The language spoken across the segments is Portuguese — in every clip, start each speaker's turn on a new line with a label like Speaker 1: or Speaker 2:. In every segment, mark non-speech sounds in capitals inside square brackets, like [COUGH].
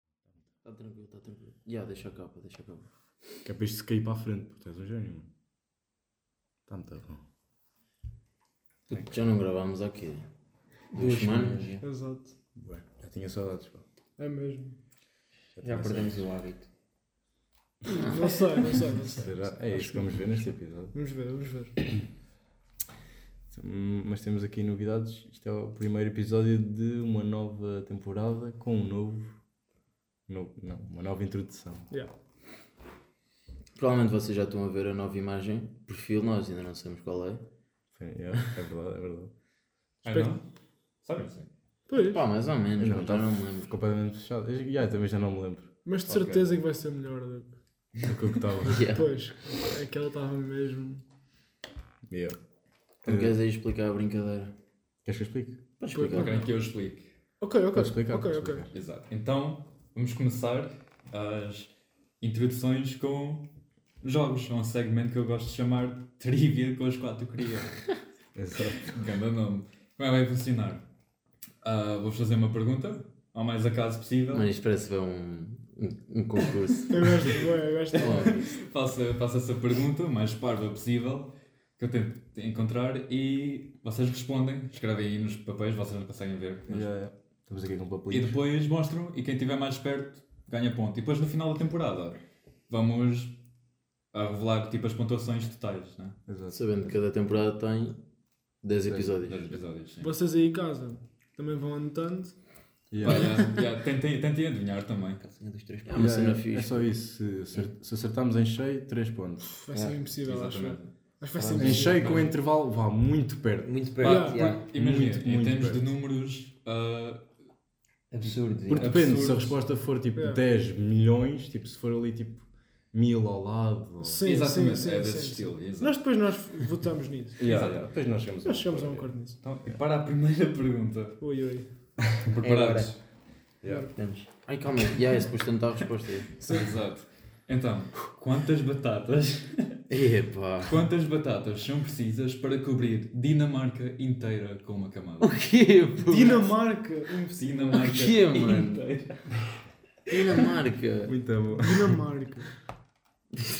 Speaker 1: Está Tá tranquilo, está tranquilo. Ya, deixa a capa, deixa a capa.
Speaker 2: Que é para isto se cair para a frente, porque tu és um gênio, mano. Está muito bom.
Speaker 1: Puto, Já não gravámos aqui. Duas semanas. já.
Speaker 3: Exato.
Speaker 2: Bem, já tinha saudades, pá.
Speaker 3: É mesmo.
Speaker 2: tinha
Speaker 4: Já perdemos o hábito.
Speaker 3: Não sei, não sei, não sei.
Speaker 2: Será? É isso que vamos ver neste episódio.
Speaker 3: Vamos ver, vamos ver.
Speaker 2: Hum, Mas temos aqui novidades. Isto é o primeiro episódio de uma nova temporada com um novo. novo não, uma nova introdução.
Speaker 3: Yeah.
Speaker 1: [LAUGHS] Provavelmente vocês já estão a ver a nova imagem, perfil, nós ainda não sabemos qual é.
Speaker 2: Sim, é, é verdade, é verdade.
Speaker 4: Ah,
Speaker 3: Espero-
Speaker 4: não? Sabem sim.
Speaker 3: Pois.
Speaker 1: Pá, mais ou menos,
Speaker 2: Não,
Speaker 1: mas
Speaker 2: tá-
Speaker 1: já não me lembro. [LAUGHS]
Speaker 2: Completamente fechado. Eu, já, eu também já não me lembro [LAUGHS]
Speaker 3: Mas de
Speaker 4: Ok.
Speaker 3: certeza que vai ser melhor do que.
Speaker 2: do que eu que estava.
Speaker 1: Yeah.
Speaker 3: Pois. é Aquela estava mesmo.
Speaker 2: Yeah.
Speaker 1: Não queres aí explicar a brincadeira?
Speaker 2: Queres que eu explique?
Speaker 1: Podes
Speaker 3: Pois,
Speaker 1: explicar.
Speaker 4: Querem então que eu explique?
Speaker 3: Ok, ok.
Speaker 2: Podes explicar,
Speaker 3: ok,
Speaker 2: podes
Speaker 3: ok.
Speaker 2: explicar.
Speaker 4: Exato. Então, vamos começar as introduções com jogos. É um segmento que eu gosto de chamar de Trivia com as quatro crianças.
Speaker 2: Exato.
Speaker 4: Ganda nome. Como é que vai funcionar? Ah, Vou-vos fazer uma pergunta, ao mais acaso possível.
Speaker 1: Mas isto parece bem um, um, um concurso.
Speaker 3: [LAUGHS] Eu gosto de boa, eu gosto de boa.
Speaker 4: Faço, faço essa pergunta, o mais parva possível, que eu tento encontrar e vocês respondem. Escrevem aí nos papéis, vocês não conseguem ver. mas-
Speaker 2: Já, já. Estamos aqui com
Speaker 4: E
Speaker 2: papelinhos.
Speaker 4: depois mostram, e quem estiver mais perto ganha ponto. E depois no final da temporada vamos a revelar tipo as pontuações totais, né?
Speaker 2: Exato.
Speaker 1: Sabendo que cada temporada tem 10
Speaker 4: Dos
Speaker 1: episódios.
Speaker 4: episódios. Sim.
Speaker 3: Vocês aí em casa também vão anotando.
Speaker 4: Pá,
Speaker 2: Yeah.
Speaker 4: yeah, yeah, tentem, tentem adivinhar também.
Speaker 1: Calcinha dos três
Speaker 2: Yeah,
Speaker 1: É uma cena
Speaker 2: yeah, É
Speaker 1: fixe.
Speaker 2: só isso. Se, acer- se acertarmos em cheio, 3 pontos.
Speaker 3: Vai ser impossível, acho. eu.
Speaker 4: Exatamente.
Speaker 3: Acho que vai ser
Speaker 2: Em
Speaker 3: impossível.
Speaker 2: cheio com o intervalo, vá muito perto.
Speaker 5: Muito
Speaker 4: Pá,
Speaker 5: perto,
Speaker 3: Yeah,
Speaker 5: yeah.
Speaker 4: porque, Imagina,
Speaker 2: Muito,
Speaker 4: em
Speaker 2: muito
Speaker 4: termos de
Speaker 2: perto.
Speaker 4: números, ah,
Speaker 5: absurdo.
Speaker 2: Porque
Speaker 5: yeah.
Speaker 2: depende,
Speaker 4: Absurdo.
Speaker 2: se a resposta for tipo
Speaker 3: É.
Speaker 2: 10 milhões, tipo se for ali tipo 1000 ao lado. ou-
Speaker 3: Sim,
Speaker 4: exatamente,
Speaker 3: sim, sim,
Speaker 4: é desse
Speaker 3: sim,
Speaker 4: estilo. exato.
Speaker 3: Nós depois nós votamos nisso.
Speaker 2: Yeah,
Speaker 4: Exato.
Speaker 2: yeah. Depois nós chegamos
Speaker 3: Nós chegamos a um acordo nisso.
Speaker 4: Então, e para a primeira [LAUGHS] pergunta,
Speaker 3: Oi, oi.
Speaker 4: preparados?
Speaker 2: Yeah.
Speaker 1: Temos. Ai, calma. aí. Yeah, é suposto tentar a resposta aí.
Speaker 4: Exato. Então, quantas batatas,
Speaker 1: Epá.
Speaker 4: quantas batatas são precisas para cobrir Dinamarca inteira com uma camada?
Speaker 1: O quê, pô?
Speaker 3: Dinamarca! um Impossível.
Speaker 4: Dinamarca
Speaker 1: O quê, mano?
Speaker 4: inteira.
Speaker 1: Dinamarca.
Speaker 2: Muito bom.
Speaker 3: Dinamarca.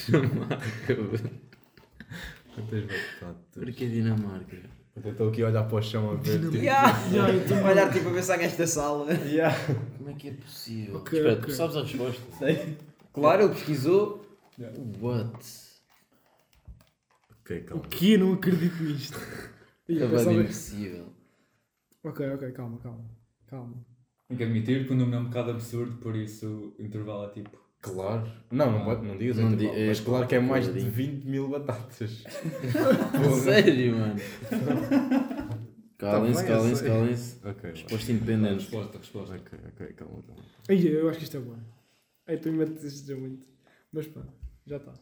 Speaker 1: Dinamarca. bro.
Speaker 2: Quantas batatas.
Speaker 1: Por que Dinamarca?
Speaker 2: Eu estou aqui a olhar para o chão a ver. Tipo,
Speaker 3: Yeah, eu
Speaker 5: Estou a olhar tipo a pensar nesta sala.
Speaker 1: Como é que é possível?
Speaker 3: Ok,
Speaker 1: Espera,
Speaker 3: ok.
Speaker 1: tu sabes a resposta?
Speaker 5: Claro, ele pesquisou.
Speaker 1: What?
Speaker 2: Ok,
Speaker 3: O
Speaker 2: calma.
Speaker 3: quê? Não acredito
Speaker 5: [LAUGHS]
Speaker 3: nisto.
Speaker 5: É
Speaker 3: Ih, eu
Speaker 1: Acabado
Speaker 3: pensava-
Speaker 1: impossível.
Speaker 3: Ok, ok, calma, calma. Calma.
Speaker 4: Tenho que admitir que o nome é um bocado absurdo, por isso o intervalo é tipo.
Speaker 2: Claro. Não, não, pode, não digas
Speaker 1: Não
Speaker 2: intervalo,
Speaker 1: di- é-
Speaker 2: Mas claro que é mais de
Speaker 1: Clarinho.
Speaker 2: 20 mil batatas.
Speaker 1: Sério, mano? Calem-se,
Speaker 2: Tá bem, eu
Speaker 1: calem-se,
Speaker 2: sei.
Speaker 1: calem-se.
Speaker 2: Ok, vá.
Speaker 1: Resposta independente.
Speaker 4: Resposta, resposta.
Speaker 2: Ok, ok, calma, calma.
Speaker 3: Ai, eu acho que isto é bom. Ai, tu me metes isto já muito. Mas pá, já está.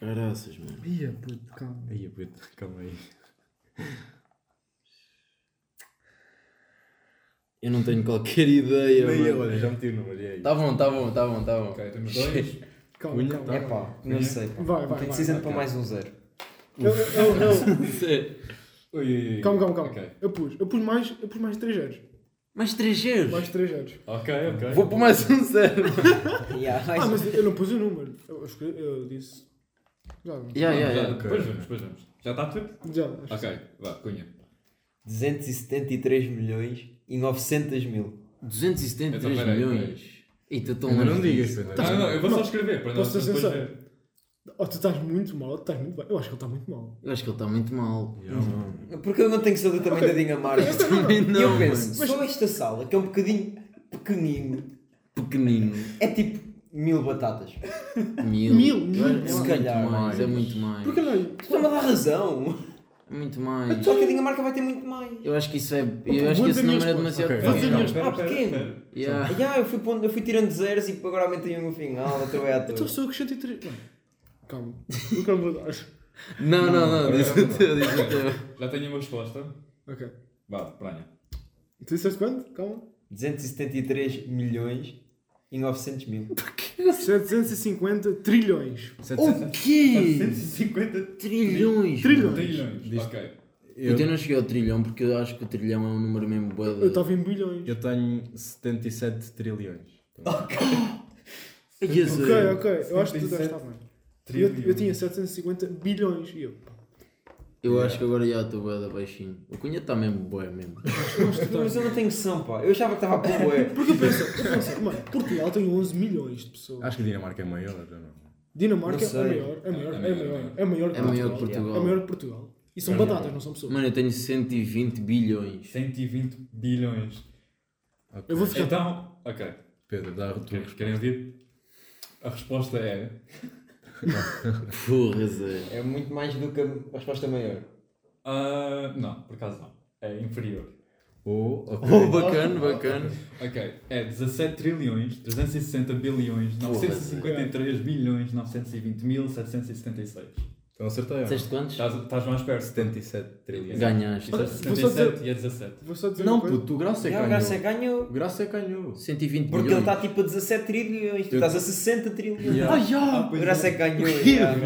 Speaker 1: Caraças, mano.
Speaker 3: Ia, puto, calma.
Speaker 2: Aí, puto, calma aí.
Speaker 1: Eu não tenho qualquer ideia,
Speaker 2: Aí,
Speaker 1: mano.
Speaker 2: olha, já meti o número. E aí?
Speaker 1: Tá bom, tá bom, tá bom, tá bom.
Speaker 4: Ok, temos dois.
Speaker 3: [LAUGHS] Calma,
Speaker 2: Cunha,
Speaker 3: calma.
Speaker 2: tá.
Speaker 5: É
Speaker 3: calma.
Speaker 5: pá, não sei. Pá.
Speaker 3: Vai, vai, vai,
Speaker 5: Tem de ser
Speaker 3: vai.
Speaker 5: sempre para mais um zero.
Speaker 3: Eu, eu, eu,
Speaker 1: Sério.
Speaker 4: Ui, ui,
Speaker 5: [LAUGHS]
Speaker 4: ui.
Speaker 3: calma, calma, calma.
Speaker 4: Ok,
Speaker 3: Eu pus, eu pus mais, eu pus mais 3 zeros.
Speaker 1: Mais 3 euros?
Speaker 3: Mais 3 zeros.
Speaker 4: ok. ok.
Speaker 1: Vou pôr mais um zero.
Speaker 5: Yeah, mais
Speaker 3: Ah,
Speaker 5: um.
Speaker 3: mas eu não pus o número. Eu, eu escre- eu disse.
Speaker 1: [LAUGHS]
Speaker 3: Já,
Speaker 1: Ya,
Speaker 4: Não,
Speaker 1: ya,
Speaker 4: já-
Speaker 1: ya.
Speaker 4: Depois vamos, depois vamos. Já está tudo?
Speaker 3: já. acho
Speaker 4: Ok, vá, cunha.
Speaker 5: 273 milhões e 900 mil.
Speaker 1: 273
Speaker 4: Então, peraí,
Speaker 1: milhões. Eita, tão
Speaker 2: Ainda
Speaker 1: longe.
Speaker 2: não digas,
Speaker 1: disso.
Speaker 2: Pedro.
Speaker 4: Não, não, eu vou só escrever para nós
Speaker 3: Posso ser
Speaker 4: depois é.
Speaker 3: sincero?
Speaker 4: ver.
Speaker 3: que-
Speaker 5: é.
Speaker 3: Ou tu estás muito mal, ou tu estás muito bem. Eu acho que ele está muito mal.
Speaker 1: Eu acho que ele está muito mal.
Speaker 5: Porque eu não tenho saber também
Speaker 3: Ok.
Speaker 5: da Dinamarca.
Speaker 1: Também
Speaker 5: E eu
Speaker 1: não,
Speaker 5: penso,
Speaker 1: mano.
Speaker 5: só esta sala, que é um bocadinho pequenino,
Speaker 1: Pequenino.
Speaker 5: é tipo mil batatas.
Speaker 1: Mil.
Speaker 3: Mil,
Speaker 1: Eu
Speaker 3: mil.
Speaker 1: acho que
Speaker 5: Se
Speaker 1: é
Speaker 5: calhar.
Speaker 1: Muito mais, é muito mais.
Speaker 3: Porque olha,
Speaker 5: Tu não dá razão.
Speaker 1: É muito mais.
Speaker 5: Só que a Dinamarca vai ter muito mais.
Speaker 1: Eu acho que isso é.
Speaker 3: vou
Speaker 1: Eu acho que
Speaker 3: dizer
Speaker 1: esse número é
Speaker 3: minhas
Speaker 1: demasiado
Speaker 2: coisas.
Speaker 3: Vou dizer
Speaker 1: pequeno.
Speaker 3: minhas-
Speaker 4: Espera,
Speaker 5: Ah,
Speaker 4: espera,
Speaker 5: pequeno.
Speaker 4: espera.
Speaker 1: Ya.
Speaker 5: Yeah, eu, fui pondo, eu fui tirando zeros e agora aumentei um no final, até é à
Speaker 3: eu estou
Speaker 5: toa.
Speaker 3: Então, só com 103. Mano, Calma, nunca me vou dar.
Speaker 1: [LAUGHS] Não, não, não.
Speaker 4: Não,
Speaker 1: Diz
Speaker 4: não,
Speaker 1: o teu, diz o teu.
Speaker 4: Já tenho uma resposta.
Speaker 3: Ok.
Speaker 4: Vá, Branha.
Speaker 3: Tu disseste quanto? Calma.
Speaker 5: 273 milhões e 900 mil.
Speaker 3: 750 trilhões.
Speaker 1: O
Speaker 4: Tá,
Speaker 1: quê?
Speaker 4: 150
Speaker 1: Trilhões.
Speaker 3: Trilhões.
Speaker 4: trilhões. Ok.
Speaker 1: Eu,
Speaker 2: Eu,
Speaker 1: eu não cheguei ao trilhão
Speaker 3: Então,
Speaker 1: porque eu acho que o trilhão é um número mesmo boa
Speaker 3: Eu estava em bilhões.
Speaker 2: eu tenho 77 trilhões.
Speaker 1: Yes,
Speaker 3: Ok,
Speaker 1: eh,
Speaker 3: ok. Eu acho que tu já está bem. Eu, eu tinha 750 bilhões e eu. pá,
Speaker 1: Eu acho que agora já estou bué da baixinho. O Cunha está mesmo bué mesmo.
Speaker 5: Mas eu não tenho noção, pá. Eu achava que estava pouco, é.
Speaker 3: Porque eu penso, eu penso, mano, Portugal tem 11 milhões de pessoas.
Speaker 2: Acho que a Dinamarca é maior, ou não?
Speaker 3: Dinamarca
Speaker 5: Não sei.
Speaker 3: é maior, é maior, é maior, é maior que
Speaker 1: É maior que
Speaker 3: Portugal. É
Speaker 1: Portugal.
Speaker 3: maior que Portugal. E são
Speaker 2: É
Speaker 3: batatas,
Speaker 2: maior.
Speaker 3: não são pessoas.
Speaker 1: Mano, eu tenho 120 bilhões.
Speaker 4: 120 bilhões.
Speaker 2: Ok.
Speaker 3: Eu vou ficar.
Speaker 4: Então, ok.
Speaker 2: Pedro, dá a tua
Speaker 4: é Querem, querem ouvir? A resposta é.
Speaker 1: Porra, Zé.
Speaker 5: É muito mais do que a resposta maior.
Speaker 4: ah, não, por acaso não. É inferior.
Speaker 2: Ou, [LAUGHS] ok.
Speaker 1: Oh, bacana, bacana.
Speaker 4: Ok, é 17 trilhões, 360 bilhões, 953 milhões, 920 mil, 776.
Speaker 2: Então acertei. ou não?
Speaker 1: Disseste quantos?
Speaker 4: Estás estás mais perto.
Speaker 2: 77 trilhões.
Speaker 1: Ganhaste.
Speaker 4: Disseste
Speaker 3: Vou só dizer-
Speaker 4: 77 e é 17.
Speaker 3: Vou só dizer
Speaker 2: Não,
Speaker 3: uma coisa.
Speaker 2: puto, o Graça é
Speaker 5: Já, o
Speaker 2: ganhou.
Speaker 5: Garça ganhou.
Speaker 2: O Graça é ganhou.
Speaker 1: 120
Speaker 5: Porque ele
Speaker 1: bilhões.
Speaker 5: está tipo a 17 trilhões. Tu
Speaker 2: Eu-
Speaker 5: estás a 60 trilhões.
Speaker 2: Yeah.
Speaker 4: Ah,
Speaker 5: O
Speaker 4: pois
Speaker 5: Graça é que [LAUGHS] ganhou. já.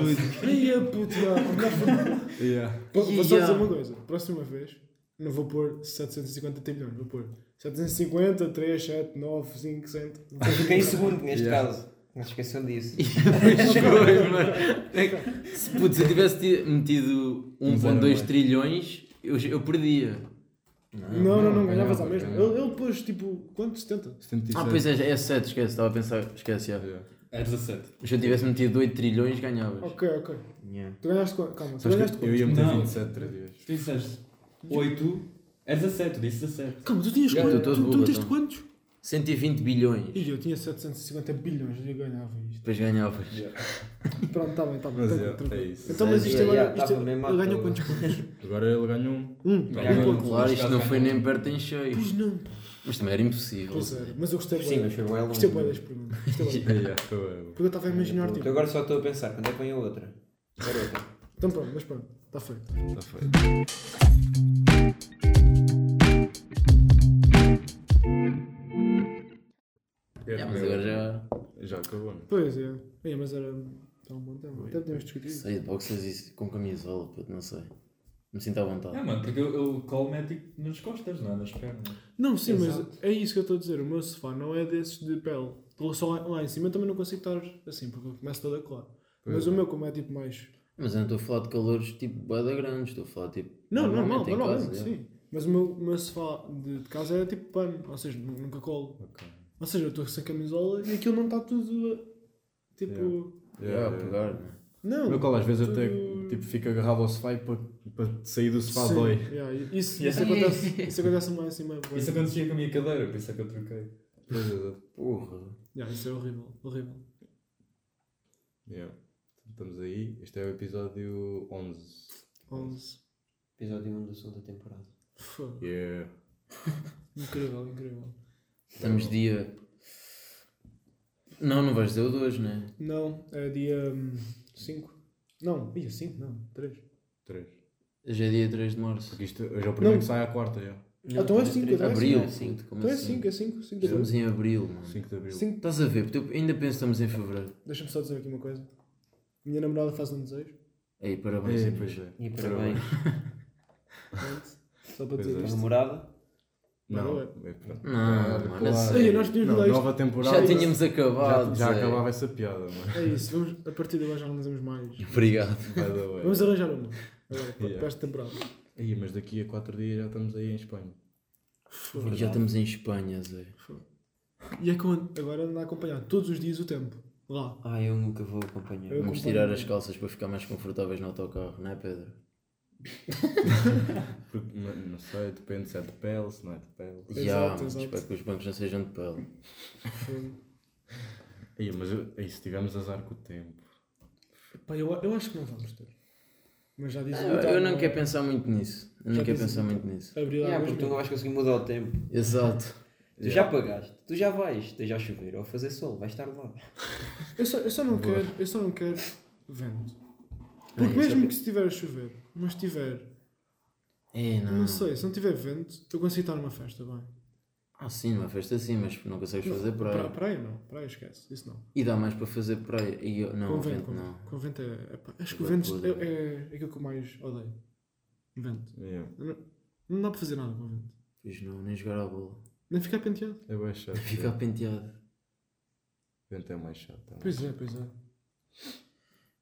Speaker 3: Ia, puto, já, já foi.
Speaker 2: Yeah.
Speaker 3: Vou vou só
Speaker 1: Ia.
Speaker 3: dizer uma coisa. Próxima vez, não vou pôr 750 trilhões, tipo, vou pôr 750, 3, 7, 9, 5, 7.
Speaker 5: Eu fiquei em segundo neste
Speaker 2: Yeah.
Speaker 5: caso. Não se esqueçam disso.
Speaker 1: [LAUGHS] Pois foi, mano. É que, Se, putz, se eu tivesse ti- metido
Speaker 2: Mas era
Speaker 1: 1.2
Speaker 2: mais.
Speaker 1: trilhões, eu, eu perdia.
Speaker 3: Não, não, não, ganhavas à
Speaker 2: ganhava,
Speaker 3: mesma.
Speaker 2: ganhava.
Speaker 3: Ele, ele pôs tipo, quanto? 70?
Speaker 2: 77.
Speaker 1: Ah, pois é, é 7, esquece, estava a pensar, esquece. Já.
Speaker 2: Yeah.
Speaker 4: É 17.
Speaker 1: Se eu tivesse metido 8 trilhões, ganhavas.
Speaker 3: Ok, ok.
Speaker 1: Yeah.
Speaker 3: Tu ganhaste quanto? Calma, tu
Speaker 2: Sabes
Speaker 3: ganhaste
Speaker 2: que eu
Speaker 3: quanto?
Speaker 2: ia meter
Speaker 4: Não.
Speaker 2: 27 trilhões.
Speaker 4: Tu disseste 8, é 17, eu disse 17.
Speaker 3: Calma, tu tinhas
Speaker 1: Yeah,
Speaker 3: quanto?
Speaker 1: eu tô
Speaker 3: Tu, tu
Speaker 1: burro,
Speaker 3: meteste
Speaker 1: então.
Speaker 3: quantos?
Speaker 1: 120 bilhões.
Speaker 3: E eu tinha 750 bilhões e eu ganhava isto.
Speaker 1: Depois ganhavas.
Speaker 3: Pronto, está bem, está bem.
Speaker 2: Mas
Speaker 3: tá
Speaker 2: é,
Speaker 3: bem, tranquilo.
Speaker 2: é isso.
Speaker 3: Então, mas isto
Speaker 5: Yeah,
Speaker 3: agora.
Speaker 5: yeah,
Speaker 3: Isto,
Speaker 5: tava mesmo à
Speaker 3: eu ganho
Speaker 5: toa.
Speaker 3: quantos pontos?
Speaker 2: Agora ele ganhou um.
Speaker 3: Um.
Speaker 4: Ganhou.
Speaker 3: um ponto.
Speaker 1: Claro, isto não foi nem
Speaker 4: Ganhou.
Speaker 1: perto em cheio.
Speaker 3: Pois não.
Speaker 1: Mas também era impossível.
Speaker 3: Pois é, mas eu gostei
Speaker 5: Sim, mas
Speaker 3: bué.
Speaker 5: foi bem longe.
Speaker 3: Gostei é bué das perguntas. Gostei bué.
Speaker 2: Yeah, foi-
Speaker 3: Porque eu estava a imaginar
Speaker 5: Eu
Speaker 3: tipo.
Speaker 5: agora só estou a pensar, quando é que vem a outra? Quero outra.
Speaker 3: Então pronto, mas pronto, está feito.
Speaker 2: tá feito. É,
Speaker 1: É, mas agora já.
Speaker 2: Já acabou, né? não?
Speaker 3: Pois é. é mas era. Era um bom tema. Até podemos discutir. isso.
Speaker 1: Sei de boxers e com camisola, puto, não sei. Me sinto à vontade.
Speaker 4: É, mano, porque eu, eu colo mete tipo nas costas, não é? Nas pernas.
Speaker 3: Não, sim,
Speaker 4: Exato.
Speaker 3: mas é isso que eu estou a dizer. O meu sofá não é desses de pele. Estou só lá, lá em cima, eu também não consigo estar assim, porque eu começo toda a colar.
Speaker 2: Pois
Speaker 3: Mas
Speaker 2: é.
Speaker 3: o meu, como é tipo mais.
Speaker 1: Mas eu não estou a falar de calores tipo boeda grandes, estou a falar tipo.
Speaker 3: Não, normal,
Speaker 1: normalmente em
Speaker 3: normalmente,
Speaker 1: casa, é.
Speaker 3: sim. Mas o meu, o meu sofá de, de casa era tipo pano, ou seja, nu- nunca colo.
Speaker 2: Ok.
Speaker 3: Ou seja, eu estou sem camisola e aquilo não está tudo. a- Tipo.
Speaker 2: Yeah.
Speaker 1: É, a pegar, né?
Speaker 3: Não.
Speaker 2: O meu colo às vezes até
Speaker 3: Tudo-
Speaker 2: tipo, fica agarrado ao sofá e para, para sair do sofá
Speaker 3: Sim,
Speaker 2: dói.
Speaker 3: yeah, isso, isso
Speaker 4: Yeah.
Speaker 3: acontece. Isso acontece mais assim, mais.
Speaker 4: Isso acontecia com a minha cadeira, por isso é que eu troquei.
Speaker 2: Pois é.
Speaker 1: Porra.
Speaker 3: Yeah, isso é horrível, horrível.
Speaker 2: Yeah. Estamos aí. Este é o episódio 11.
Speaker 3: 11.
Speaker 5: Episódio 1 da segunda temporada.
Speaker 3: Foda.
Speaker 2: Yeah.
Speaker 3: Incrível, incrível.
Speaker 2: Tá
Speaker 1: Estamos dia. Não, não vais dizer o 2, né?
Speaker 3: Não, é dia 5. Não, dia 5, não, Ah, 3.
Speaker 2: 3.
Speaker 1: Hoje é dia 3 de março.
Speaker 2: Porque isto hoje é o primeiro
Speaker 3: Não.
Speaker 2: que sai à quarta, já.
Speaker 3: Ah, então é cinco, então é
Speaker 1: Abril,
Speaker 5: sim.
Speaker 1: puto, como
Speaker 3: Então é
Speaker 1: assim?
Speaker 3: 5, é 5, 5 de
Speaker 1: Estamos
Speaker 3: abril.
Speaker 1: em abril, mano.
Speaker 2: 5 de abril.
Speaker 3: Cinco-
Speaker 1: Estás a ver? Porque eu ainda penso que estamos em fevereiro.
Speaker 3: Deixa-me só dizer aqui uma coisa. Minha namorada faz um desejo.
Speaker 1: Aí, parabéns.
Speaker 2: É,
Speaker 1: amigos.
Speaker 2: pois é.
Speaker 5: E parabéns.
Speaker 3: pronto, Só para
Speaker 2: Pois
Speaker 3: dizer
Speaker 2: é.
Speaker 5: A
Speaker 3: isto.
Speaker 5: namorada?
Speaker 2: Não,
Speaker 3: Não,
Speaker 2: é pronto.
Speaker 1: Não,
Speaker 2: Ah,
Speaker 1: mano,
Speaker 2: claro.
Speaker 1: essa-
Speaker 3: Ei, nós tínhamos
Speaker 2: Não,
Speaker 3: dois.
Speaker 2: Nova temporada.
Speaker 1: Já tínhamos acabado.
Speaker 2: Já, já
Speaker 1: Zé.
Speaker 2: acabava essa piada, mano.
Speaker 3: É isso, vamos, a partir de agora já não fazemos mais.
Speaker 1: Obrigado.
Speaker 2: By the way.
Speaker 3: Vamos arranjar uma. Agora, para
Speaker 2: Yeah.
Speaker 3: para esta temporada.
Speaker 2: Aí, mas daqui a 4 dias já estamos aí em Espanha.
Speaker 3: Foda.
Speaker 1: Já estamos em Espanha, Zé.
Speaker 3: E é que eu ando- agora ando a acompanhar todos os dias o tempo. Lá.
Speaker 5: Ah, eu nunca vou acompanhar.
Speaker 3: Eu
Speaker 1: Vamos
Speaker 3: acompanho.
Speaker 1: tirar as calças para ficar mais confortáveis no autocarro, não é, Pedro?
Speaker 2: Porque, não, não sei, depende se é de pele, se não é de pele.
Speaker 1: Já,
Speaker 3: Exato,
Speaker 1: mano,
Speaker 3: exato.
Speaker 1: espero que os bancos não sejam de pele.
Speaker 3: Foda.
Speaker 2: Aí, mas eu- aí, se tivermos azar com o tempo.
Speaker 3: Pá, eu, eu acho que não vamos ter. Mas já dizem.
Speaker 1: Ah, Eu, eu não quero pensar muito nisso. Eu não
Speaker 3: Já
Speaker 1: quero
Speaker 3: disse
Speaker 1: pensar
Speaker 3: então.
Speaker 1: muito nisso.
Speaker 3: Abrir lá
Speaker 5: Yeah,
Speaker 3: dois
Speaker 5: porque tu
Speaker 3: mil.
Speaker 5: não vais conseguir mudar o tempo.
Speaker 1: Exato.
Speaker 5: Tu já pagaste, tu já vais, esteja a chover ou a fazer sol, vais estar lá.
Speaker 3: Eu só, eu só não
Speaker 2: Boa.
Speaker 3: quero, eu só não quero vento.
Speaker 1: Ah,
Speaker 3: Porque
Speaker 1: isso
Speaker 3: mesmo
Speaker 1: é-
Speaker 3: que estiver a chover, mas estiver,
Speaker 1: É, não.
Speaker 3: não sei, se não tiver vento, eu consigo estar numa festa, bem.
Speaker 1: Ah, sim, numa festa sim, mas não consegues fazer praia.
Speaker 3: Pra- praia não, praia esquece, isso não.
Speaker 1: E dá mais para fazer praia. E eu- Não,
Speaker 3: com
Speaker 1: o
Speaker 3: vento,
Speaker 1: vento
Speaker 3: com,
Speaker 1: não.
Speaker 3: com vento é, é pá, Acho que o
Speaker 1: Vai
Speaker 3: vento
Speaker 1: tudo.
Speaker 3: é, é aquilo que eu mais odeio. Vento.
Speaker 2: Yeah,
Speaker 3: Não dá para fazer nada com vento.
Speaker 1: Pois não, nem jogar a bola. [LAUGHS]
Speaker 3: Nem ficar penteado.
Speaker 2: é bem chato.
Speaker 1: Ficar penteado.
Speaker 2: Dentro é mais chato. tá bem?
Speaker 3: Pois é, pois é.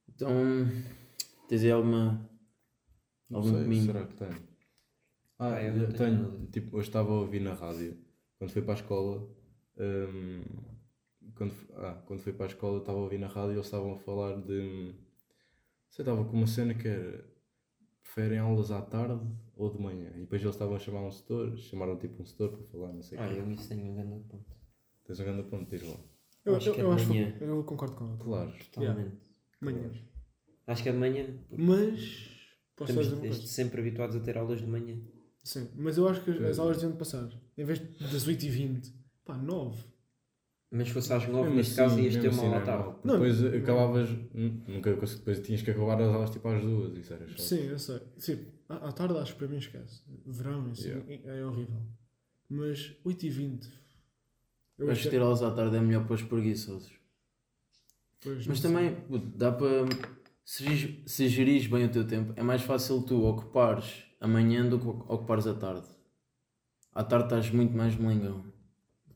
Speaker 1: Então, tens aí alguma.
Speaker 2: Não
Speaker 1: algum
Speaker 2: sei,
Speaker 1: domingo?
Speaker 2: será que tenho? Ah,
Speaker 5: Ah, eu
Speaker 2: eu
Speaker 5: não tenho
Speaker 2: tenho.
Speaker 5: nada.
Speaker 2: Tipo, hoje estava a ouvir na rádio. Quando fui para a escola. hum, quando, fu- ah, quando fui para a escola, estava a ouvir na rádio e eles estavam a falar de. hum, Sei, estava com uma cena que era. Preferem aulas à tarde ou de manhã? E depois eles estavam a chamar um setor. Chamaram tipo um setor para falar, não sei o
Speaker 5: Ah,
Speaker 2: quê.
Speaker 5: eu isso tenho um grande ponto.
Speaker 2: Tens um grande ponto, tens lá.
Speaker 3: Eu
Speaker 1: Acho
Speaker 3: acho, eu,
Speaker 1: que é
Speaker 3: eu, acho
Speaker 1: amanhã.
Speaker 3: que eu concordo com ela.
Speaker 2: Claro.
Speaker 5: Totalmente.
Speaker 3: Amanhã.
Speaker 5: Acho que amanhã.
Speaker 3: Mas. Posso
Speaker 5: Estamos
Speaker 3: dizer uma
Speaker 5: desde
Speaker 3: coisa?
Speaker 5: sempre habituados a ter aulas de manhã.
Speaker 3: Sim, mas eu acho que
Speaker 2: Sim.
Speaker 3: as aulas deviam de passar. Em vez das 8 e 20 pá, 9.
Speaker 5: Mas se fosse às nove,
Speaker 2: Mesmo
Speaker 5: neste
Speaker 2: assim,
Speaker 5: caso, ias ter
Speaker 2: mesmo
Speaker 5: uma aula à
Speaker 2: assim não é
Speaker 5: tarde.
Speaker 2: mau, porque
Speaker 3: Não,
Speaker 2: Depois acabavas. hum, Nunca consegui. Depois tinhas que acabar as aulas tipo às duas. Isso era chato.
Speaker 3: Sim, eu sei. Sim, à, à tarde acho que para mim esquece. Verão, assim, é horrível. Mas 8 e 20 eu
Speaker 1: Acho que ter aulas à tarde é melhor para os preguiçosos.
Speaker 3: Pois,
Speaker 1: Mas
Speaker 3: não sei.
Speaker 1: também, puto, dá para. Se, ges- se gerires bem o teu tempo, é mais fácil tu ocupares amanhã do que oc- ocupares a tarde. À tarde estás muito mais melingão.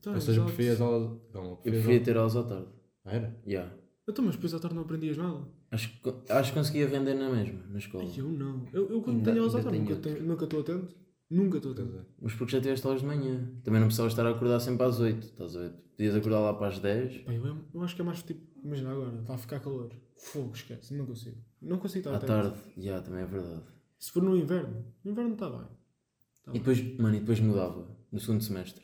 Speaker 3: Tá,
Speaker 2: Ou seja,
Speaker 3: exato.
Speaker 2: preferias aulas. Calma,
Speaker 1: Eu
Speaker 2: preferias
Speaker 1: preferia ter aulas à tarde.
Speaker 2: aulas- Ah, era?
Speaker 1: Yeah.
Speaker 3: Então, mas depois à tarde não aprendias nada.
Speaker 1: Acho, que co- acho que conseguia vender na mesma, na escola.
Speaker 3: Ai, eu não. Eu, eu quando
Speaker 5: Ainda-
Speaker 3: tenho aulas à
Speaker 5: ainda
Speaker 3: tarde
Speaker 5: tenho
Speaker 3: nunca
Speaker 5: outro.
Speaker 3: tenho- nunca estou atento. Nunca estou
Speaker 2: Pois
Speaker 3: atento.
Speaker 2: é.
Speaker 1: Mas porque já tiveste aulas de manhã. Também não precisavas estar a acordar sempre às 8. Estás a ver? Podias acordar lá para as 10.
Speaker 3: Pá, eu, eu acho que é mais tipo, imagina agora, está a ficar calor. Fogo, esquece, não consigo. Não consigo estar
Speaker 1: À
Speaker 3: atento.
Speaker 1: tarde. Já, também é verdade.
Speaker 3: Se for no inverno, no inverno está bem. Tá
Speaker 1: E depois, mano, e depois mudava. No segundo
Speaker 3: [LAUGHS]
Speaker 1: semestre.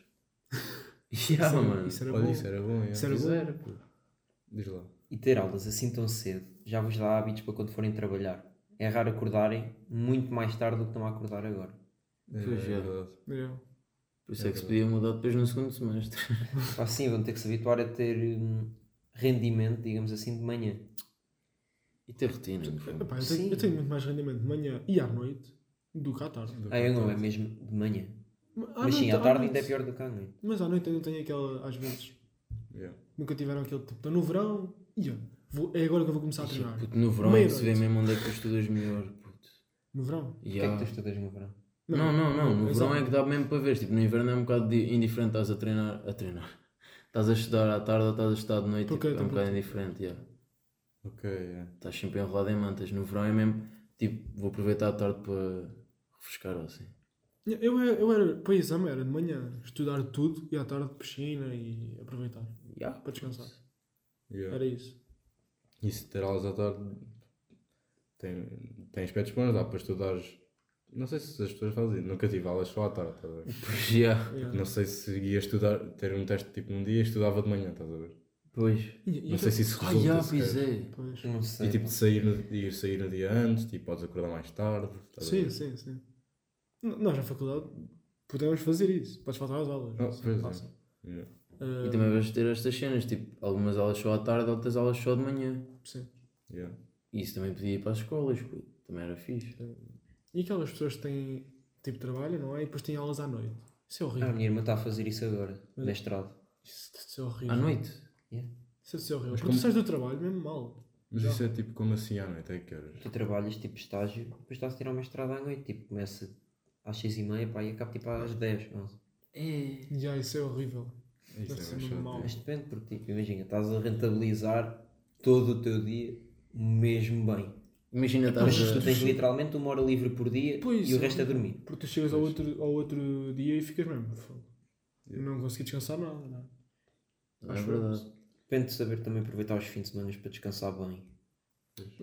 Speaker 1: Já,
Speaker 3: Isso era-
Speaker 1: mano.
Speaker 3: Isso era
Speaker 2: Olha,
Speaker 3: bom.
Speaker 2: isso era bom, é.
Speaker 3: Isso era
Speaker 1: Pois
Speaker 3: bom.
Speaker 1: era, pô.
Speaker 2: Diz lá.
Speaker 5: E ter aulas assim tão cedo já vos dá hábitos para quando forem trabalhar. É raro acordarem muito mais tarde do que estão a acordar agora.
Speaker 2: É,
Speaker 1: Pois é.
Speaker 2: é verdade.
Speaker 3: Yeah.
Speaker 1: Por isso é que se podia mudar depois no segundo semestre.
Speaker 5: Assim vão ter que se habituar a ter hum, rendimento, digamos assim, de manhã.
Speaker 1: E ter rotina, no fundo.
Speaker 3: Epá, eu, tenho,
Speaker 5: Sim.
Speaker 3: eu tenho muito mais rendimento de manhã e à noite do que à tarde.
Speaker 5: Ah, eu não, é mesmo de manhã.
Speaker 3: À
Speaker 5: Mas sim,
Speaker 3: noite-
Speaker 5: à tarde ainda é
Speaker 3: noite-
Speaker 5: pior do que à noite.
Speaker 3: então, Mas à noite ainda tenho aquela, às vezes,
Speaker 2: Yeah.
Speaker 3: nunca tiveram aquele tipo, estou no verão, e eu, vou- é agora que eu vou começar a treinar.
Speaker 1: Puto, no verão é que se vê
Speaker 3: Meia-noite.
Speaker 1: mesmo onde é que tu estudas melhor, puto.
Speaker 3: No verão?
Speaker 5: O que é que
Speaker 1: Yeah.
Speaker 5: tu estudas no verão?
Speaker 1: Não, não, não. No
Speaker 3: Exato.
Speaker 1: verão é que dá mesmo para ver. Tipo, no inverno é um bocado di- indiferente. Estás a treinar. A treinar. Estás a estudar à tarde ou estás a estudar de noite.
Speaker 3: Porque
Speaker 1: tipo,
Speaker 3: a
Speaker 1: é um bocado
Speaker 3: temperatura-
Speaker 1: indiferente. Yeah.
Speaker 2: Ok, é.
Speaker 1: Estás sempre enrolado em mantas. No verão é mesmo. Tipo, vou aproveitar a tarde para refrescar ou assim.
Speaker 3: Eu, era- eu era, para o exame era de manhã, estudar tudo e à tarde piscina e aproveitar
Speaker 1: Yeah.
Speaker 3: para descansar.
Speaker 2: Yeah.
Speaker 3: Era isso.
Speaker 2: E se ter aulas à tarde tem, tem aspectos bons, dá para estudares. Não sei se as pessoas fazem, nunca tive aulas só à tarde, estás a ver?
Speaker 1: Pois, yeah.
Speaker 3: Yeah.
Speaker 2: Não sei se ia estudar, ter um teste tipo num dia e estudava de manhã, estás a ver?
Speaker 1: Pois.
Speaker 3: E- então- e
Speaker 2: Não sei se isso
Speaker 1: Ah,
Speaker 2: resulta.
Speaker 1: yeah,
Speaker 2: sequer.
Speaker 1: pois é.
Speaker 3: Pois.
Speaker 5: Não sei.
Speaker 2: E tipo de sair no, de ir sair no dia antes, tipo, podes acordar mais tarde. estás a
Speaker 3: Sim,
Speaker 2: ver?
Speaker 3: sim, sim. N- Nós na faculdade podemos fazer isso. Podes faltar às aulas.
Speaker 2: Ah,
Speaker 3: Sim,
Speaker 2: pois é.
Speaker 3: faça.
Speaker 2: Yeah.
Speaker 3: Ah,
Speaker 1: é. E também vais ter estas cenas. Tipo, algumas aulas só à tarde, outras aulas só de manhã.
Speaker 3: sim.
Speaker 2: Yeah.
Speaker 1: E isso também podia ir para as escolas, puto. Também era fixe.
Speaker 3: E aquelas pessoas que têm tipo trabalho, não é? E depois têm aulas à noite. Isso é
Speaker 5: Ah, a
Speaker 3: horrível.
Speaker 5: minha irmã está a fazer isso agora, mestrado.
Speaker 3: Isso, isso é horrível.
Speaker 1: À noite.
Speaker 3: Isso, isso é horrível.
Speaker 2: Mas
Speaker 3: Porque
Speaker 2: como-
Speaker 3: tu sais do trabalho mesmo mal.
Speaker 2: Mas
Speaker 3: Já.
Speaker 2: isso é tipo como assim à noite, é que horas?
Speaker 5: Tu trabalhas tipo estágio, depois estás a tirar o mestrado à noite. Tipo, começa às seis e meia pá, e acaba tipo às 10, 11.
Speaker 1: É.
Speaker 3: Já, isso é horrível.
Speaker 2: Isso
Speaker 3: Deve ser
Speaker 2: é mais chato,
Speaker 3: mau.
Speaker 2: é.
Speaker 5: Mas depende, porque tipo, imagina, estás a rentabilizar todo o teu dia mesmo bem.
Speaker 1: Imagina
Speaker 5: É, Mas
Speaker 1: estás
Speaker 5: tu
Speaker 1: a.
Speaker 5: tens literalmente uma hora livre por dia
Speaker 3: Pois
Speaker 5: e o
Speaker 3: é.
Speaker 5: resto é dormir.
Speaker 3: Porque tu chegas ao outro, ao outro dia e ficas mesmo. fogo.
Speaker 2: Yeah.
Speaker 3: Não consegui descansar nada, não é?
Speaker 1: Não é verdade.
Speaker 5: Depende de saber também aproveitar os fins de semana para descansar bem.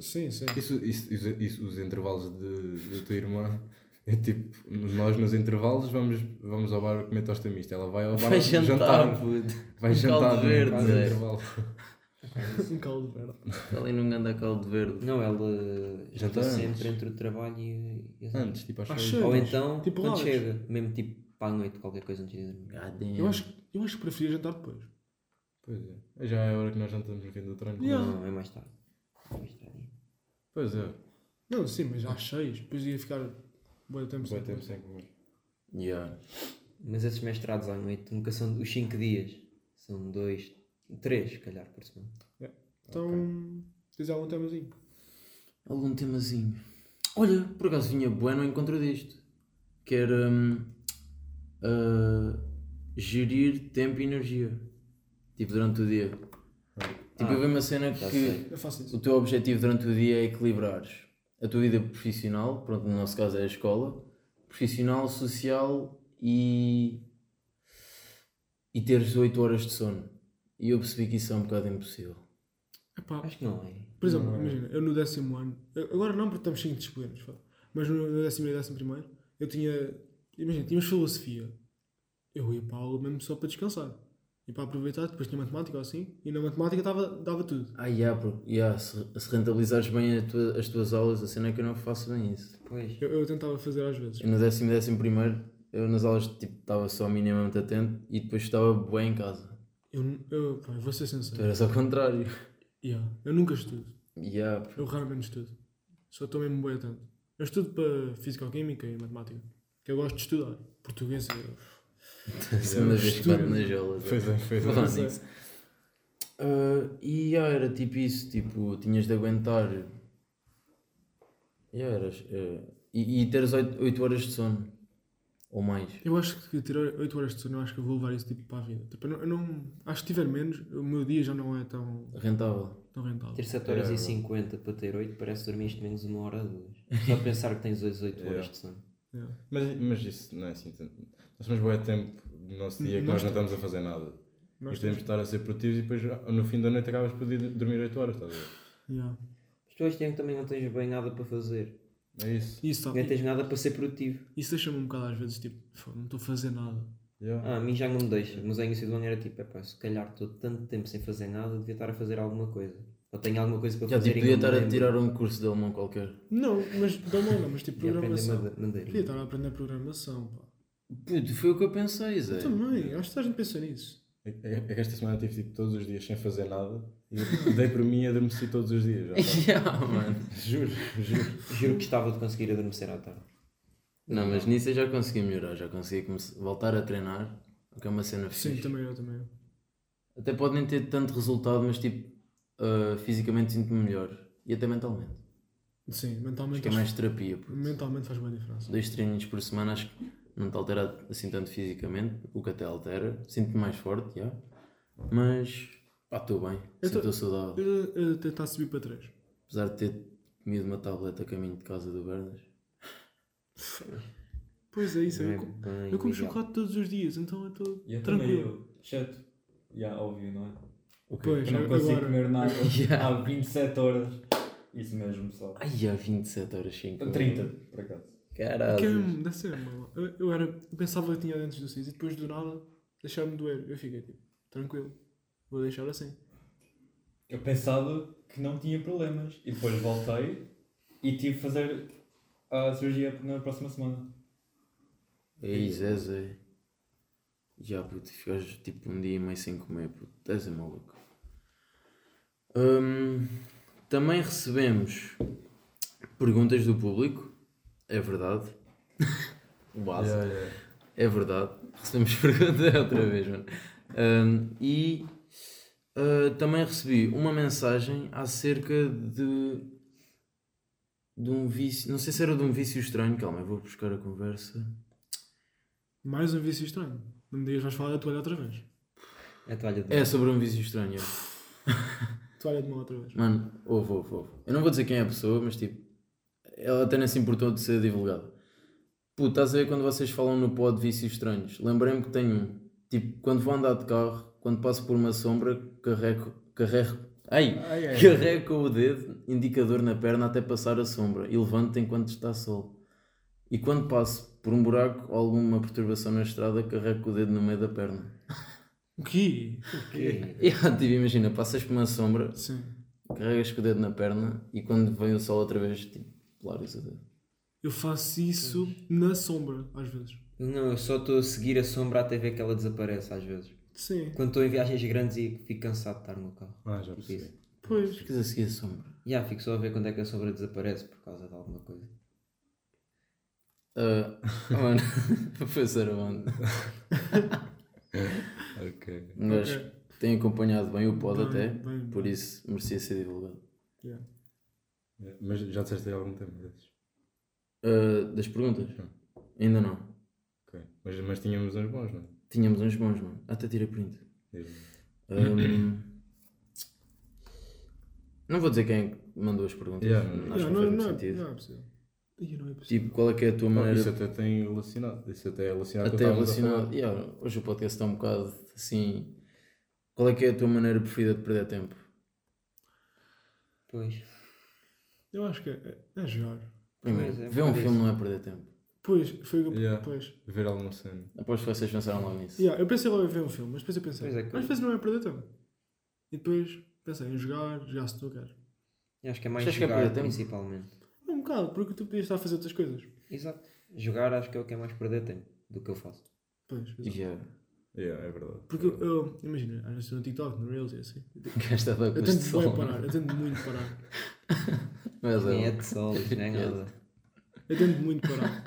Speaker 3: Sim, [LAUGHS] sim.
Speaker 2: é. Isso, isso, isso, isso- os intervalos de, da tua irmã é tipo, nós nos intervalos vamos, vamos ao bar comer tosta mista. Ela vai ao bar
Speaker 1: Vai jantar, puto.
Speaker 2: Vai
Speaker 1: Um
Speaker 2: jantar
Speaker 1: caldo verde,
Speaker 2: no
Speaker 1: Zé.
Speaker 2: intervalo.
Speaker 3: Um caldo verde.
Speaker 1: Está ali num ganda caldo verde.
Speaker 5: Não, ela
Speaker 2: Já
Speaker 5: está
Speaker 2: tá antes.
Speaker 5: sempre entre o trabalho e. e as aulas.
Speaker 2: Antes, tipo, às
Speaker 3: Às
Speaker 2: seis.
Speaker 3: seis.
Speaker 5: Ou então,
Speaker 3: Ah, Tipo
Speaker 5: quando
Speaker 3: horas.
Speaker 5: chega, mesmo tipo para a noite, qualquer coisa antes de dormir.
Speaker 1: God Ah, damn.
Speaker 3: Eu acho, eu acho que preferia jantar depois.
Speaker 2: Pois é. Já é a hora que nós jantamos no fim do treino.
Speaker 3: Yeah.
Speaker 5: Não, é mais tarde. É mais tarde.
Speaker 2: Pois é.
Speaker 3: Não, sim, mas às seis. Depois ia ficar. Boa tempo
Speaker 2: Vai
Speaker 3: sem
Speaker 2: tempo
Speaker 3: comer.
Speaker 2: sem comer.
Speaker 1: Yeah.
Speaker 5: Mas esses mestrados à noite nunca são os 5 dias. São 2, 3 se calhar por semana.
Speaker 3: Então. Tens algum temazinho?
Speaker 1: Algum temazinho. Olha, por acaso vinha bué no encontro disto. Que era. hum, ah, gerir tempo e energia. Tipo, durante o dia. Tipo,
Speaker 5: Ah,
Speaker 1: eu vi uma cena que
Speaker 5: já sei.
Speaker 3: Eu faço isso.
Speaker 1: o teu objetivo durante o dia é equilibrares a tua vida profissional, pronto, no nosso caso é a escola, profissional, social e. e teres 8 horas de sono. E eu percebi que isso é um bocado impossível.
Speaker 3: Epá,
Speaker 5: Acho que não é.
Speaker 3: Por exemplo, imagina, eu no décimo ano, eu- agora não porque estamos cheios de disciplinas, pá, mas no no décimo e décimo primeiro, eu tinha, imagina, tínhamos filosofia, eu ia para a aula mesmo só para descansar, e para aproveitar, depois tinha matemática ou assim, e na matemática dava, dava tudo.
Speaker 1: Ah, yeah, porque, yeah, se, se rentabilizares bem a tua- as tuas aulas, a cena é que eu não faço bem isso.
Speaker 5: Pois.
Speaker 3: Eu, eu tentava fazer às vezes.
Speaker 1: Eu no décimo, décimo primeiro, eu nas aulas tipo, estava só minimamente atento e depois estava bem em casa.
Speaker 3: Eu, nu- eu, pá, eu vou ser
Speaker 1: Tu
Speaker 3: sincero,
Speaker 1: eras ao contrário. [LAUGHS]
Speaker 3: Yeah, eu nunca estudo,
Speaker 1: Yeah, porque-
Speaker 3: eu raramente estudo, só estou mesmo bem atento. Eu estudo para Física-Química e Matemática, que eu gosto de estudar, português eu...
Speaker 1: A segunda vez que
Speaker 3: Estudo.
Speaker 1: bato nas aulas.
Speaker 2: Pois é, pois é.
Speaker 1: Falando nisso. Ah, e yeah, era tipo isso, tipo, tinhas de aguentar. Yeah, eras, eh, e, e teres 8, horas de sono. Ou mais.
Speaker 3: Eu acho que tirar 8 horas de sono, eu acho que eu vou levar isso tipo para a vida. Tipo, eu não, eu não- acho que tiver menos, o meu dia já não é tão,
Speaker 1: Rentável.
Speaker 3: tão rentável.
Speaker 5: Ter 7 horas
Speaker 2: É,
Speaker 5: e
Speaker 2: bro.
Speaker 5: 50 para ter 8 parece que dormiste menos uma hora ou duas. Só pensar que tens 8
Speaker 2: É.
Speaker 5: horas de sono.
Speaker 3: Yeah.
Speaker 2: Mas, mas isso não é assim tanto. Nós temos bom tempo do nosso dia que
Speaker 3: Nós
Speaker 2: nós não estamos a fazer nada. e
Speaker 3: Nós
Speaker 2: podemos estar a ser produtivos e depois ah, no fim da noite acabas por ir dormir 8 horas, estás a ver?
Speaker 3: Yeah.
Speaker 5: Mas tu hoje tempo também não tens bem nada para fazer.
Speaker 2: É isso.
Speaker 3: Isso, sabe,
Speaker 5: Nem tens nada para ser produtivo.
Speaker 3: isso deixa-me um bocado às vezes, tipo, "Fô, não estou a fazer nada.
Speaker 2: Yeah.
Speaker 5: Ah, a mim já não me deixa. Mas ao início do ano era tipo, epá, se calhar estou tanto tempo sem fazer nada, devia estar a fazer alguma coisa. Ou tenho alguma coisa para
Speaker 1: Já
Speaker 5: fazer
Speaker 1: tipo,
Speaker 5: e
Speaker 1: podia
Speaker 5: não me
Speaker 1: estar a
Speaker 5: lembro.
Speaker 1: tirar um curso de alemão qualquer.
Speaker 3: Não, mas dá não, mas tipo,
Speaker 5: E aprender
Speaker 3: programação.
Speaker 5: manda- mandarim.
Speaker 3: Podia estar a aprender programação, pá.
Speaker 1: Puto, foi o que eu pensei, Zé.
Speaker 3: Eu
Speaker 1: [LAUGHS]
Speaker 3: também, acho que estás a pensar nisso.
Speaker 2: É, é- é que esta semana eu tive tipo, todos os dias sem fazer nada e [LAUGHS] dei por mim e adormeci todos os dias.
Speaker 1: [LAUGHS]
Speaker 2: já, pá.
Speaker 1: yeah, mano.
Speaker 2: juro, juro.
Speaker 5: Juro que estava de conseguir adormecer à tarde.
Speaker 1: Não, mas nisso eu já consegui melhorar, já consegui comece- voltar a treinar, o que é uma cena
Speaker 3: Sim,
Speaker 1: fixe.
Speaker 3: também eu, também eu.
Speaker 1: Até pode nem ter tanto resultado, mas tipo, ah, fisicamente sinto-me melhor. E até mentalmente.
Speaker 3: Sim,
Speaker 1: Acho que
Speaker 3: mentalmente,
Speaker 1: é
Speaker 3: acho-
Speaker 1: mais terapia, puto.
Speaker 3: mentalmente faz boa diferença.
Speaker 1: dois treininhos por semana acho que não te altera assim tanto fisicamente, o que até altera. Sinto-me mais forte, já. Mas, pá, estou bem.
Speaker 3: Eu
Speaker 1: Sinto-me
Speaker 3: tô-
Speaker 1: saudável.
Speaker 3: Eu, eu tentar subir para 3.
Speaker 1: Apesar de ter comido uma tableta a caminho de casa do Bernas.
Speaker 3: Pois é isso,
Speaker 5: Não
Speaker 3: eu,
Speaker 5: é
Speaker 3: co-
Speaker 5: bem
Speaker 3: eu como
Speaker 5: legal.
Speaker 3: chocolate todos os dias, então eu estou
Speaker 4: E eu também,
Speaker 3: tranquilo.
Speaker 4: eu, exceto. Já, óbvio, não é?
Speaker 1: O quê?
Speaker 3: Pois,
Speaker 4: Eu não consigo
Speaker 3: agora,
Speaker 4: comer nada
Speaker 1: Yeah.
Speaker 4: há 27 horas. Isso mesmo, pessoal.
Speaker 1: Ai, há 27 horas 5.
Speaker 4: 30, por acaso.
Speaker 3: Que é
Speaker 1: Caralho.
Speaker 3: mesmo, deve ser, mano. Eu, eu era, eu pensava que tinha dentes do siso e depois do nada deixava-me doer. Eu fiquei tipo, tranquilo, vou deixar assim.
Speaker 4: Eu pensava que não tinha problemas. E depois voltei e tive de fazer a cirurgia na próxima semana.
Speaker 1: Ei, Zé, Zé. é. Já, puto, ficas tipo um dia e meio sem comer, puto. Estás a maluco. Hum, também recebemos perguntas do público. É verdade. [LAUGHS] Base.
Speaker 2: Yeah, yeah.
Speaker 1: É verdade. Recebemos [LAUGHS] pergunta outra vez, mano. Hum, e ah, também recebi uma mensagem acerca de. de um vício. Não sei se era de um vício estranho. Calma, eu vou buscar a conversa.
Speaker 3: Mais um vício estranho. Um dia vais falar da toalha outra vez.
Speaker 5: A toalha de
Speaker 1: É sobre um vício estranho. é.
Speaker 3: Toalha de mão outra vez.
Speaker 1: Mano, ouve, ouve, ouve. Eu não vou dizer quem é a pessoa, mas tipo, ela até nem se importou de ser divulgada. Puto, estás a ver quando vocês falam no pod vícios estranhos? Lembrei-me que tenho um. Tipo, quando vou andar de carro, quando passo por uma sombra, carrego. carrego. Ai!
Speaker 2: Ai, ai.
Speaker 1: Carrego com o dedo, indicador na perna até passar a sombra e levanto enquanto está sol. E quando passo por um buraco ou alguma perturbação na estrada, carrego com o dedo no meio da perna. [LAUGHS]
Speaker 3: O quê?
Speaker 5: quê?
Speaker 1: E, tipo, imagina, passas por uma sombra,
Speaker 3: Sim.
Speaker 1: carregas com o dedo na perna e quando vem o sol outra vez, tipo, largas o dedo.
Speaker 3: Eu faço isso na sombra, às vezes.
Speaker 5: Não, eu só estou a seguir a sombra até ver que ela desaparece às vezes.
Speaker 3: Sim.
Speaker 5: Quando estou em viagens grandes e fico cansado de estar no carro.
Speaker 2: Ah, já
Speaker 5: Tipo isso.
Speaker 2: percebi.
Speaker 3: Pois.
Speaker 1: Ficas a seguir a sombra.
Speaker 5: Já, fico só a ver quando é que a sombra desaparece por causa de alguma coisa.
Speaker 1: Ah, [LAUGHS] mano, foi ser onde?
Speaker 2: Ok.
Speaker 1: Um gajo que tem acompanhado bem o pod
Speaker 3: Bem,
Speaker 1: até,
Speaker 3: bem,
Speaker 1: por
Speaker 3: bem.
Speaker 1: isso merecia ser divulgado.
Speaker 3: Yeah.
Speaker 2: Yeah, Mas já disseste aí algum tempo desses.
Speaker 1: Ah, das perguntas?
Speaker 2: Sim.
Speaker 1: Ainda não.
Speaker 2: Ok. Mas, mas tínhamos uns bons, não é?
Speaker 1: Ah, Tínhamos uns bons, mano. Até tira print.
Speaker 2: Diz-me.
Speaker 1: Ahm, Não vou dizer quem é que mandou as perguntas.
Speaker 2: Yeah,
Speaker 1: não,
Speaker 2: não,
Speaker 1: acho
Speaker 3: Yeah,
Speaker 1: que
Speaker 3: não,
Speaker 1: não, faz muito
Speaker 3: não, é-
Speaker 1: sentido.
Speaker 3: não é possível. Ih, não é possível.
Speaker 1: Tipo, qual é que é a tua
Speaker 2: Não,
Speaker 1: maneira
Speaker 2: isso até tem relacionado. Isso até é relacionado com o que
Speaker 1: até
Speaker 2: estávamos a falar.
Speaker 1: relacionado? Yeah, hoje o podcast está um bocado assim. Qual é que é a tua maneira preferida de perder tempo?
Speaker 5: Pois.
Speaker 3: Eu acho que é, é jogar.
Speaker 1: Primeiro,
Speaker 5: Pois é,
Speaker 1: ver um
Speaker 5: por
Speaker 1: filme
Speaker 5: isso.
Speaker 1: não é perder tempo.
Speaker 3: Pois, foi o que eu.
Speaker 2: Yeah.
Speaker 3: Pois.
Speaker 2: Ver alguma cena.
Speaker 1: Aposto que vocês pensaram logo nisso.
Speaker 3: Yeah, eu pensei logo em ver um filme, mas depois eu pensei.
Speaker 5: Pois é que-
Speaker 3: Mas depois não é perder tempo. E depois pensei em jogar, jogar se tu queres.
Speaker 5: Eu acho que é mais
Speaker 1: Achas que é
Speaker 5: jogar,
Speaker 1: perder tempo?
Speaker 5: principalmente.
Speaker 3: Um bocado, porque tu podias estar a fazer outras coisas.
Speaker 5: Exato. Jogar acho que é o que é mais perder tempo do que eu faço.
Speaker 3: Pois.
Speaker 1: E
Speaker 3: exato.
Speaker 1: já,
Speaker 2: Yeah, é verdade.
Speaker 3: Porque eu, eu- imagina, às vezes estou no TikTok, no Reels e assim.
Speaker 1: [LAUGHS] gasta da
Speaker 3: Eu tento bué parar, eu tento muito parar.
Speaker 1: Mas
Speaker 5: Nem é
Speaker 1: é.
Speaker 5: de sol, isto nem é nada.
Speaker 3: Eu tento muito parar.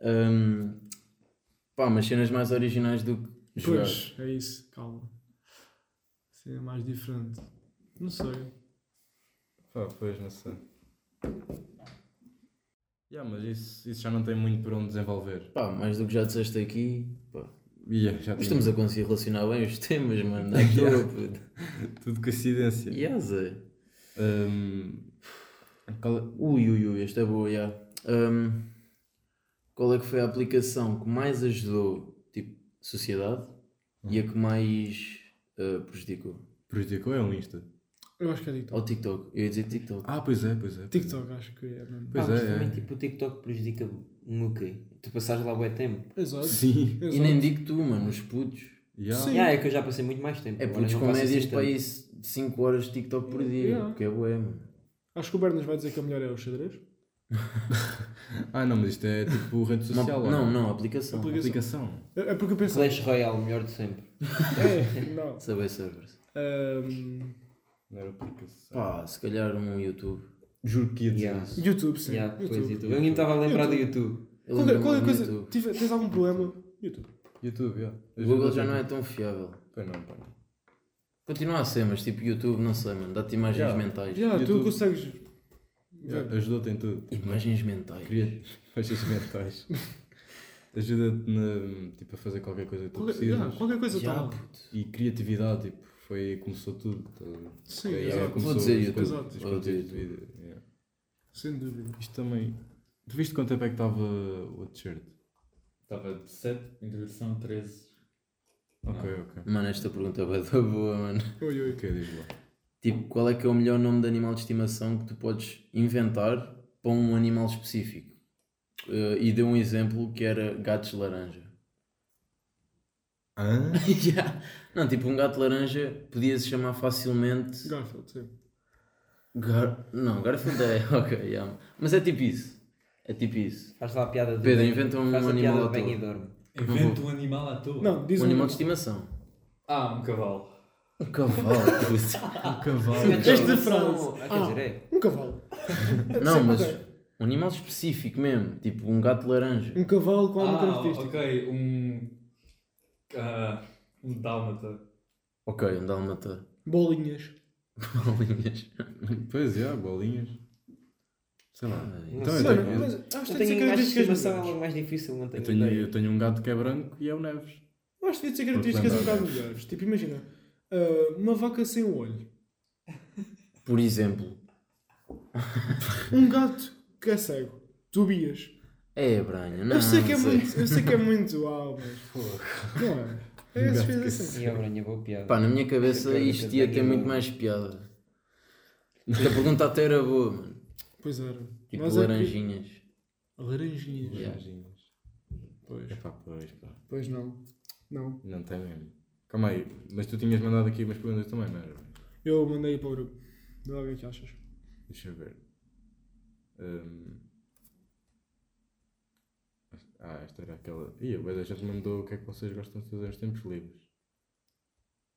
Speaker 5: é.
Speaker 1: Hum, pá, mas cenas mais originais do que jogar.
Speaker 3: Pois, é isso, calma. Assim é mais diferente. Não sei.
Speaker 2: Pá, pois, não sei. Yeah, mas isso, isso já não tem muito para onde desenvolver.
Speaker 1: Pá, mais do que já disseste aqui. Pá.
Speaker 2: Yeah, já
Speaker 1: Mas Estamos a conseguir relacionar bem os temas, mano.
Speaker 2: [LAUGHS]
Speaker 1: À toa, puto.
Speaker 2: Tudo coincidência.
Speaker 1: Yeah, Zé.
Speaker 2: Um, qual é-
Speaker 1: Ui, ui, ui, esta é boa, já. Hum, qual é que foi a aplicação que mais ajudou, tipo, sociedade e a que mais uh, prejudicou?
Speaker 2: Prejudicou é um Insta.
Speaker 3: Eu acho que é TikTok.
Speaker 1: Ao TikTok, eu ia dizer TikTok.
Speaker 2: Ah, pois é, pois é.
Speaker 3: TikTok, acho que é mesmo.
Speaker 2: Pois
Speaker 5: ah, mas também
Speaker 2: é,
Speaker 5: tipo o TikTok prejudica no quê? Tu passares lá bué tempo.
Speaker 3: Exato.
Speaker 2: é. Sim.
Speaker 1: e
Speaker 3: Exato.
Speaker 1: nem digo tu, mano, os putos.
Speaker 2: Yeah.
Speaker 3: Sim.
Speaker 5: Ah, é que eu já passei muito mais tempo.
Speaker 1: É
Speaker 5: Agora
Speaker 1: putos
Speaker 5: não
Speaker 1: com
Speaker 5: passo assim
Speaker 1: médias para
Speaker 5: tanto.
Speaker 1: isso 5 horas de TikTok por dia,
Speaker 3: Yeah.
Speaker 1: que é bué, mano.
Speaker 3: Acho que o Bernas vai dizer que a melhor é o xadrez.
Speaker 2: Ah, não, mas isto é tipo rede
Speaker 1: Uma-
Speaker 2: social. ou
Speaker 1: não, não, aplicação.
Speaker 3: Aplica-
Speaker 2: Aplicação.
Speaker 3: É é porque eu pensei.
Speaker 5: Clash Royale, melhor de sempre.
Speaker 3: [LAUGHS] É, não.
Speaker 1: Saber servers.
Speaker 3: Ahm,
Speaker 2: Não era aplicação.
Speaker 1: Pá, se calhar um YouTube.
Speaker 2: Juro que ia dizer
Speaker 5: Yeah.
Speaker 2: isso.
Speaker 3: YouTube, sim.
Speaker 5: Yeah, pois,
Speaker 3: YouTube.
Speaker 5: YouTube. Eu nem estava a lembrar do YouTube.
Speaker 1: Eu
Speaker 3: Qualquer,
Speaker 1: lembro-me
Speaker 3: qualquer
Speaker 1: do
Speaker 3: é- coisa.
Speaker 1: YouTube.
Speaker 3: Tive, tens algum problema? YouTube.
Speaker 2: YouTube, yeah.
Speaker 1: O Google já não é tão fiável.
Speaker 2: Pois não, pá.
Speaker 1: Continua a ser, mas tipo YouTube, não sei, mano. Dá-te imagens
Speaker 2: Yeah.
Speaker 1: mentais.
Speaker 3: Já, tu
Speaker 2: YouTube.
Speaker 3: consegues.
Speaker 2: Yeah,
Speaker 3: ver.
Speaker 2: Ajudou-te em tudo.
Speaker 1: Imagens mentais.
Speaker 2: Cria [LAUGHS] faixas [LAUGHS] mentais. Ajuda-te na- tipo, a fazer qualquer coisa que tu
Speaker 3: Qualquer,
Speaker 2: precisas.
Speaker 3: yeah, qualquer coisa está
Speaker 1: Yeah,
Speaker 3: lá.
Speaker 1: puto.
Speaker 2: E criatividade, tipo, foi aí que começou tudo. tá a ver?
Speaker 3: Sim,
Speaker 2: Foi aí
Speaker 3: exato.
Speaker 2: que começou
Speaker 1: Vou dizer
Speaker 2: as
Speaker 1: YouTube.
Speaker 2: coisas, os
Speaker 1: Vou
Speaker 2: conteúdos
Speaker 1: dizer
Speaker 2: de vídeo, yeah.
Speaker 3: Sem dúvida.
Speaker 2: Isto também. Tu viste quanto tempo é que estava o t-shirt?
Speaker 4: Estava de 7, introdução 13.
Speaker 2: Ok, ok.
Speaker 1: Mano, esta pergunta vai dar boa, mano.
Speaker 3: Oi, oi.
Speaker 2: Ok, diz lá.
Speaker 1: Tipo, qual é que é o melhor nome de animal de estimação que tu podes inventar para um animal específico? Eh, e deu um exemplo que era gatos laranja.
Speaker 3: [LAUGHS]
Speaker 2: Hã?
Speaker 1: Ah, Yeah. Não, tipo, um gato laranja podia se chamar facilmente.
Speaker 3: Garfield, sim.
Speaker 1: Gar... Não, Garfield é. [LAUGHS] Ok, yeah. mas é tipo isso. É tipo isso.
Speaker 5: Faz lá a piada de
Speaker 1: Pedro,
Speaker 5: bem-
Speaker 1: inventa um
Speaker 5: faz a piada
Speaker 1: animal
Speaker 5: de bem
Speaker 1: à
Speaker 5: e dorme.
Speaker 4: Inventa um animal à toa.
Speaker 3: Não, diz
Speaker 1: Um
Speaker 3: um.
Speaker 1: animal de estimação.
Speaker 4: Ah, um cavalo.
Speaker 1: Um cavalo. [LAUGHS]
Speaker 3: [LAUGHS]
Speaker 1: puto.
Speaker 2: Um cavalo.
Speaker 3: Esta
Speaker 5: Não,
Speaker 3: frase.
Speaker 5: Ah, quer dizer, é.
Speaker 3: Um cavalo.
Speaker 1: Não,
Speaker 3: Sim,
Speaker 1: mas
Speaker 3: ok.
Speaker 1: um animal específico mesmo, tipo um gato laranja.
Speaker 3: Um cavalo com alguma
Speaker 4: ah,
Speaker 3: característica.
Speaker 4: ok, um. ah, um dálmata.
Speaker 1: Ok, um [LAUGHS] dálmata.
Speaker 3: Bolinhas.
Speaker 1: Bolinhas.
Speaker 2: Pois é, bolinhas. Sei lá.
Speaker 1: Ai.
Speaker 2: Então eu
Speaker 5: Sim,
Speaker 3: Mano,
Speaker 2: tenho,
Speaker 3: mas
Speaker 2: eu,
Speaker 3: acho
Speaker 5: Eu
Speaker 3: que tem de ser
Speaker 5: Ah, tenho acho que
Speaker 3: características
Speaker 5: estimação é
Speaker 3: melhores.
Speaker 5: logo mais difícil, não tenho,
Speaker 2: tenho,
Speaker 5: ideia.
Speaker 2: eu tenho um gato que é branco e é o Neves.
Speaker 3: Eu acho que devia ter características um
Speaker 2: Porque
Speaker 3: bocado melhores. Tipo, imagina, ah, uma vaca sem um olho,
Speaker 1: Por exemplo.
Speaker 3: um gato que é cego, Tobias.
Speaker 1: É, Branha. Não,
Speaker 3: eu, sei que é
Speaker 1: não
Speaker 3: muito, eu sei que
Speaker 1: [LAUGHS]
Speaker 3: é muito alto, mas. Não é?
Speaker 1: Um
Speaker 3: É essas
Speaker 2: gato que é
Speaker 3: coisas assim.
Speaker 5: E a Branha, boa piada.
Speaker 1: Pá, na minha
Speaker 5: Sei
Speaker 1: cabeça
Speaker 5: que é
Speaker 1: isto
Speaker 5: muito
Speaker 1: ia
Speaker 5: bem
Speaker 1: ter
Speaker 5: e
Speaker 1: muito
Speaker 5: bom.
Speaker 1: mais piada. Esta pergunta até era boa, mano.
Speaker 3: Pois era.
Speaker 1: Tipo
Speaker 3: Nós é que-
Speaker 1: laranjinhas.
Speaker 3: Laranjinhas.
Speaker 1: Yeah.
Speaker 2: Laranjinhas.
Speaker 3: Pois.
Speaker 2: Epá, pois, pá.
Speaker 3: Pois não. Não.
Speaker 2: Não tem mesmo. Calma aí, mas tu tinhas mandado aqui umas perguntas também, não era?
Speaker 3: Eu mandei para o grupo. Vê lá o que é que achas.
Speaker 2: Deixa eu ver. Hum. Ah, esta era aquela. Ih, a gente mandou o que é que vocês gostam de fazer nos tempos livres.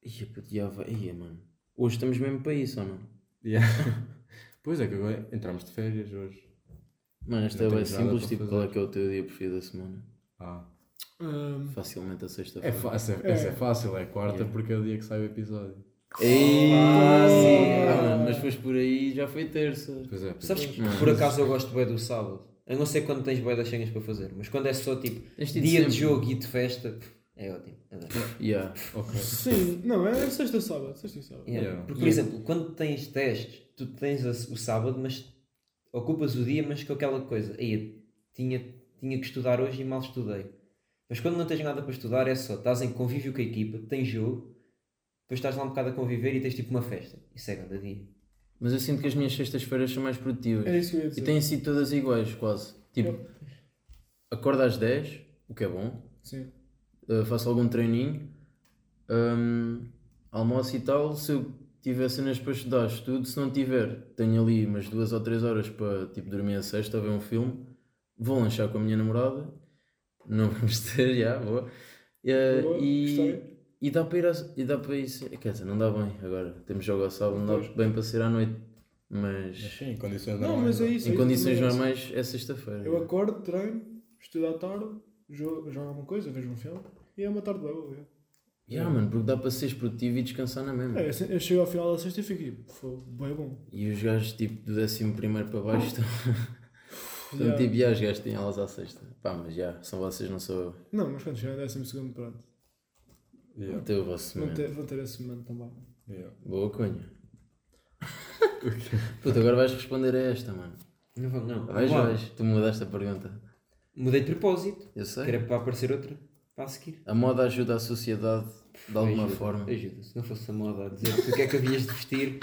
Speaker 1: Ia, puto, ia, vai- ia, mano. Hoje estamos mesmo para isso, ou não?
Speaker 2: Yeah. [LAUGHS] pois é que agora entramos de férias hoje.
Speaker 1: Mano, esta é
Speaker 2: Não
Speaker 1: bem
Speaker 2: temos
Speaker 1: simples.
Speaker 2: nada para
Speaker 1: Tipo,
Speaker 2: fazer.
Speaker 1: qual é que é o teu dia preferido da semana?
Speaker 2: Ah.
Speaker 3: Ahm,
Speaker 1: Facilmente a
Speaker 2: É
Speaker 1: sexta-feira.
Speaker 2: fácil,
Speaker 3: É.
Speaker 2: essa é fácil, é quarta
Speaker 1: Yeah.
Speaker 2: porque é o dia que sai o episódio.
Speaker 1: Ei,
Speaker 5: Ah, sim.
Speaker 1: Ah, mano, mas foste por aí já foi terça.
Speaker 2: Pois é, pois
Speaker 5: Sabes
Speaker 2: é.
Speaker 5: que
Speaker 1: Não,
Speaker 5: por
Speaker 1: mas-
Speaker 5: acaso eu gosto bem do sábado. A não ser quando tens bem das cenas para fazer, mas quando é só tipo
Speaker 1: Tens tido
Speaker 5: dia de
Speaker 1: sempre.
Speaker 5: jogo e de festa, pff, é ótimo. Adoro.
Speaker 1: Yeah.
Speaker 2: Ok.
Speaker 3: Sim, não, é sexta e sábado. Sexta e sábado.
Speaker 5: Yeah.
Speaker 2: Yeah.
Speaker 5: Porque, por exemplo, quando tens testes, tu tens a- o sábado, mas ocupas o dia, mas com aquela coisa. Aí eu tinha, tinha que estudar hoje e mal estudei. Mas quando não tens nada para estudar, é só estás em convívio com a equipa, tens jogo, depois estás lá um bocado a conviver e tens tipo uma festa. Isso é grande dia.
Speaker 1: Mas eu sinto que as minhas sextas-feiras são mais produtivas.
Speaker 3: Era É isso que eu ia dizer.
Speaker 1: E têm sido todas iguais, quase. Tipo, acordo às 10, o que é bom,
Speaker 3: Sim.
Speaker 1: uh, faço algum treininho, um, almoço e tal. Se eu tiver cenas para estudar, estudo. Se não tiver, tenho ali umas duas ou três horas para tipo, dormir a sexta ou ver um filme. Vou lanchar com a minha namorada. Não [LAUGHS] vamos ter, já, boa. Uh,
Speaker 3: Boa,
Speaker 1: e,
Speaker 3: gostei.
Speaker 1: e dá para ir a, e dá para ir, quer dizer, não dá bem agora, temos jogo ao sábado, não dá bem para ser à noite,
Speaker 2: Mas
Speaker 1: mas
Speaker 2: sim, em condições
Speaker 3: Não,
Speaker 2: normais.
Speaker 3: mas é isso. é
Speaker 1: em
Speaker 3: isso,
Speaker 1: condições
Speaker 3: também é isso.
Speaker 1: normais é sexta-feira.
Speaker 3: Eu acordo, treino, estudo à tarde, jogo, jogo alguma coisa, vejo um filme e é uma tarde boa. é.
Speaker 1: Yeah, mano, porque dá para seres produtivo e descansar na mesma.
Speaker 3: É, eu se- eu chego ao final da sexta e fico tipo, foi bem bom.
Speaker 1: E os gajos tipo do décimo primeiro para baixo
Speaker 2: [LAUGHS]
Speaker 1: estão, estão
Speaker 3: Yeah.
Speaker 1: tipo, já os gajos têm aulas à sexta. Pá, mas já, são vocês, não sou eu.
Speaker 3: Não, mas quando chegar ao décimo segundo, pronto.
Speaker 2: Yeah,
Speaker 1: Até o vosso
Speaker 3: Vão
Speaker 1: momento.
Speaker 3: ter, vão ter esse momento também.
Speaker 2: yeah.
Speaker 1: Boa
Speaker 2: [LAUGHS]
Speaker 1: cunha. Puta, agora vais responder a esta, mano.
Speaker 5: Não vou, não.
Speaker 1: Vais,
Speaker 5: Vamos lá.
Speaker 1: vais. Tu mudaste a pergunta.
Speaker 5: Mudei de propósito,
Speaker 1: Eu
Speaker 5: que
Speaker 1: sei.
Speaker 5: era para aparecer outra para a seguir.
Speaker 1: A moda ajuda a sociedade de alguma
Speaker 5: ajuda,
Speaker 1: forma.
Speaker 5: Ajuda, se não fosse a moda a dizer o que é que havias de vestir,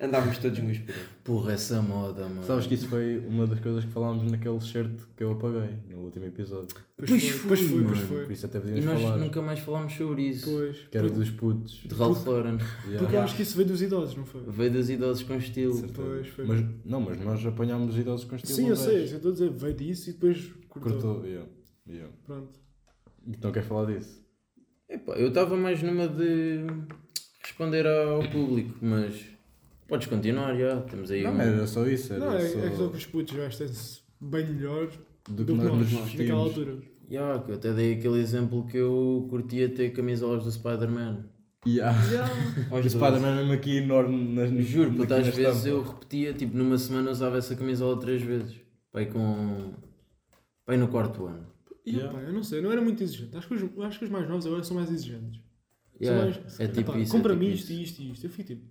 Speaker 5: andávamos todos nus por aí.
Speaker 1: Porra, essa moda, mano.
Speaker 2: Sabes que isso foi uma das coisas que falámos naquele shirt que eu apaguei no último episódio.
Speaker 1: Pois
Speaker 3: pois
Speaker 1: fui,
Speaker 3: foi, pois
Speaker 1: mano.
Speaker 3: foi.
Speaker 2: Por isso até
Speaker 1: E
Speaker 2: podíamos
Speaker 1: nós
Speaker 2: falar.
Speaker 1: nunca mais falámos sobre isso.
Speaker 3: Pois.
Speaker 2: Que era
Speaker 3: Porque-
Speaker 2: dos putos.
Speaker 1: De Ralph Lauren.
Speaker 2: Yeah.
Speaker 3: Porque é eu acho que isso veio dos idosos, não foi?
Speaker 1: Veio dos idosos com estilo.
Speaker 3: Pois foi.
Speaker 2: Mas, não, mas nós apanhámos os idosos com estilo
Speaker 3: Sim, eu
Speaker 2: uma
Speaker 3: sei,
Speaker 2: vez.
Speaker 3: eu estou a dizer, veio disso e depois cortou.
Speaker 2: Cortou, yeah. Yeah.
Speaker 3: Pronto.
Speaker 2: Então quer falar disso?
Speaker 1: Epá, eu estava mais numa de responder ao público, mas podes continuar, já. Temos aí
Speaker 2: Não,
Speaker 1: um-
Speaker 2: era só isso. Era
Speaker 3: Não, é,
Speaker 2: só
Speaker 3: é só que os putos vestem-se bem melhor
Speaker 2: do
Speaker 3: do
Speaker 2: que
Speaker 3: que
Speaker 2: nós nos
Speaker 3: nós, naquela
Speaker 2: vestíamos.
Speaker 3: altura. [LAUGHS]
Speaker 1: Já, que eu até dei aquele exemplo que eu curtia ter camisolas do Spider-Man.
Speaker 2: Yeah. O
Speaker 5: Aos dois.
Speaker 2: Spider-Man mesmo aqui enorme. Nas,
Speaker 1: Juro, porque
Speaker 2: aqui
Speaker 1: às
Speaker 2: nas
Speaker 1: vezes
Speaker 2: tampas.
Speaker 1: eu repetia, tipo, numa semana usava essa camisola três vezes. Pai com. Pai no quarto ano.
Speaker 3: E
Speaker 2: Yeah.
Speaker 3: opa, eu não sei, não era muito exigente. Acho que, os, acho que os mais novos agora são mais exigentes. São
Speaker 1: Já,
Speaker 3: mais-
Speaker 1: é tipo
Speaker 3: Epá,
Speaker 1: isso. é
Speaker 3: Compra-me
Speaker 1: tipo
Speaker 3: isto
Speaker 1: isso.
Speaker 3: e isto e isto. Eu fico tipo.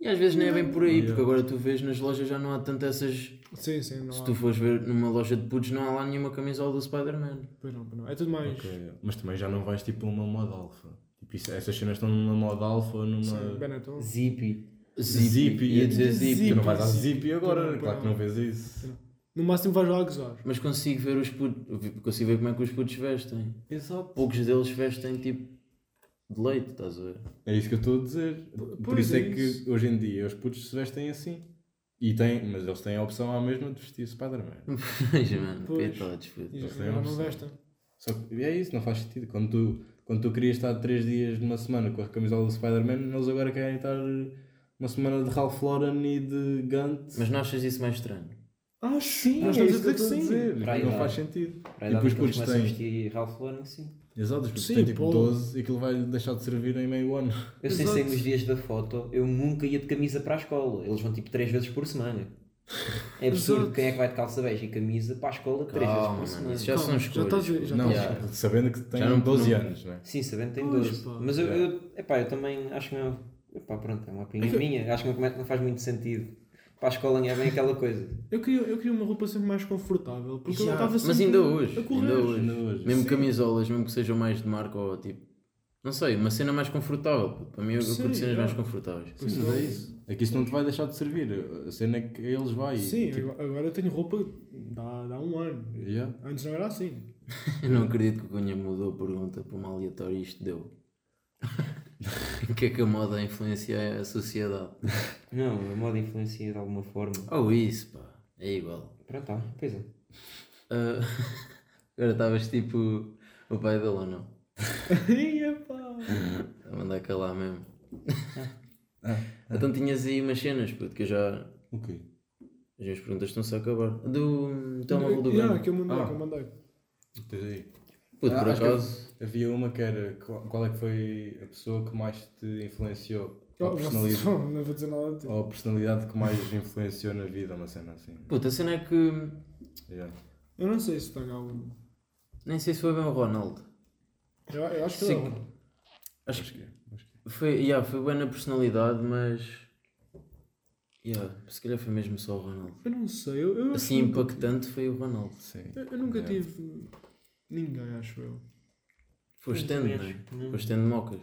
Speaker 1: E às vezes nem é bem por aí,
Speaker 2: Yeah.
Speaker 1: porque agora tu vês nas lojas já não há tanto essas.
Speaker 3: Sim, sim, não
Speaker 1: Se
Speaker 3: há.
Speaker 1: tu fores ver numa loja de putos, não há lá nenhuma camisola do Spider-Man.
Speaker 3: Pois não, pois não. É tudo mais.
Speaker 2: Ok, yeah. Mas também já não vais tipo numa moda alfa. Tipo, isso- essas cenas estão numa moda alfa, numa.
Speaker 3: Sim, Benetton.
Speaker 5: Zippy.
Speaker 2: Zip,
Speaker 1: ia dizer
Speaker 3: Zippy.
Speaker 1: zip.
Speaker 2: Tu não vais à Zip
Speaker 3: Não,
Speaker 2: agora,
Speaker 3: não.
Speaker 2: claro que não vês isso.
Speaker 3: No máximo vais lá a gozar.
Speaker 1: Mas consigo ver os putos, consigo ver como é que os putos vestem.
Speaker 2: Exato.
Speaker 1: Poucos deles vestem tipo de leite, estás a ver?
Speaker 2: É isso que eu estou a dizer. Por
Speaker 3: pois
Speaker 2: isso
Speaker 3: é
Speaker 2: é que
Speaker 3: isso.
Speaker 2: hoje em dia os putos se vestem assim. E têm, mas eles têm a opção à mesma de vestir Spider-Man.
Speaker 1: Mas, mano,
Speaker 3: Pois.
Speaker 1: coitados, puto.
Speaker 3: E
Speaker 2: Eles
Speaker 3: já
Speaker 2: têm
Speaker 3: já não
Speaker 2: opção.
Speaker 3: vestem.
Speaker 2: Só que é isso, não faz sentido. Quando tu, quando tu querias estar 3 dias numa semana com a camisola do Spider-Man, eles agora querem estar uma semana de Ralph Lauren e de Gant.
Speaker 1: Mas não achas isso mais estranho?
Speaker 3: Ah, sim,
Speaker 2: Nós
Speaker 3: nós
Speaker 2: é
Speaker 3: estamos a
Speaker 2: isso que eu
Speaker 3: dizer que
Speaker 2: estou a dizer.
Speaker 3: sim.
Speaker 5: Para a
Speaker 2: Não
Speaker 5: idade.
Speaker 2: faz sentido.
Speaker 5: Para a
Speaker 2: E
Speaker 5: idade
Speaker 2: depois
Speaker 5: em que
Speaker 2: putos
Speaker 5: eles começam a
Speaker 2: têm.
Speaker 5: vestir Ralph Lauren, sim.
Speaker 2: Exato, os putos
Speaker 3: Sim,
Speaker 2: têm tipo
Speaker 3: polo.
Speaker 2: 12 e aquilo vai deixar de servir em meio ano.
Speaker 5: Eu sei sem
Speaker 3: Exato.
Speaker 5: nos dias da foto, eu nunca ia de camisa para a escola. Eles vão tipo três vezes por semana. É absurdo
Speaker 3: Exato.
Speaker 5: quem é que vai de calça bege e camisa para a escola três
Speaker 1: Calma,
Speaker 5: vezes por
Speaker 1: mano,
Speaker 5: semana.
Speaker 1: isso já
Speaker 3: Calma,
Speaker 1: são
Speaker 3: já
Speaker 1: escolhas.
Speaker 3: estás a- já
Speaker 1: puto.
Speaker 2: Não,
Speaker 1: Yeah.
Speaker 2: sabendo que têm
Speaker 1: Já não-
Speaker 2: 12
Speaker 1: não.
Speaker 2: anos, não é?
Speaker 5: Sim, sabendo tem
Speaker 3: Pois,
Speaker 5: 12.
Speaker 3: pá.
Speaker 5: Mas eu,
Speaker 2: Yeah.
Speaker 5: eu, epá, eu também acho que não. Epá, pronto, é uma opinião minha. Acho que não, come- não faz muito sentido. Para a escola não é bem aquela coisa.
Speaker 3: Eu queria, eu queria uma roupa sempre mais confortável. Porque eu
Speaker 1: Já,
Speaker 3: estava sempre
Speaker 1: Mas ainda hoje,
Speaker 3: a correr.
Speaker 1: ainda hoje.
Speaker 2: Ainda hoje.
Speaker 1: Mesmo
Speaker 3: Sim.
Speaker 1: camisolas, mesmo que sejam mais de marca ou tipo. Não sei, uma cena mais confortável. puto. Para mim eu, eu
Speaker 3: Sim,
Speaker 1: curto cenas
Speaker 3: já.
Speaker 1: mais confortáveis.
Speaker 2: Sim, mas é isso. É que isso não te vai deixar de servir. A cena é que eles vai.
Speaker 3: Sim,
Speaker 2: Tipo,
Speaker 3: agora- agora eu tenho roupa dá, dá um ano.
Speaker 2: yeah.
Speaker 3: Antes não era assim.
Speaker 1: [LAUGHS] Eu não acredito que o Cunha mudou a pergunta para uma aleatória e isto deu. [LAUGHS] O que é que a moda influencia a sociedade?
Speaker 5: Não, a moda influencia de alguma forma.
Speaker 1: Ou isso, pá. É igual.
Speaker 5: Pronto, tá, pois é.
Speaker 1: Ah, [LAUGHS] agora estavas tipo o pai dele ou não?
Speaker 3: Ih, epá.
Speaker 1: A mandar calar mesmo.
Speaker 2: Ah,
Speaker 1: Então tinhas aí umas cenas, puto, que eu já.
Speaker 2: O quê?
Speaker 1: As minhas perguntas estão-se a acabar. Do telemóvel é do
Speaker 3: Yeah,
Speaker 1: Grêmio.
Speaker 3: que eu mandei,
Speaker 2: Ah.
Speaker 3: que eu mandei.
Speaker 2: Tens aí.
Speaker 1: Puto,
Speaker 2: Ah,
Speaker 1: por
Speaker 2: acho que eu-
Speaker 1: acaso.
Speaker 2: Havia uma que era qual qual é que foi a pessoa que mais te influenciou? Ou
Speaker 3: Oh,
Speaker 2: a
Speaker 3: vocês-
Speaker 2: personalidade,
Speaker 3: não, [LAUGHS] não vou dizer nada a ti.
Speaker 2: ou a personalidade que mais influenciou na vida, uma cena assim.
Speaker 1: Puta, a cena é que.
Speaker 2: Yeah.
Speaker 3: Eu não sei se tenho algum.
Speaker 1: Nem sei se foi bem o Ronaldo.
Speaker 3: Eu, eu acho que
Speaker 1: Sim.
Speaker 3: não.
Speaker 1: Acho
Speaker 2: Acho que é. Acho que é.
Speaker 1: Foi, yeah, foi bué na personalidade, mas. Yeah, se calhar foi mesmo só o Ronaldo.
Speaker 3: Eu não sei, eu, eu acho
Speaker 1: Assim
Speaker 3: que nunca-
Speaker 1: impactante foi o Ronaldo.
Speaker 2: Sim.
Speaker 3: Eu, eu nunca
Speaker 2: Yeah.
Speaker 3: tive ninguém, acho eu.
Speaker 1: Foste tendo, não é? Foste tendo mocas.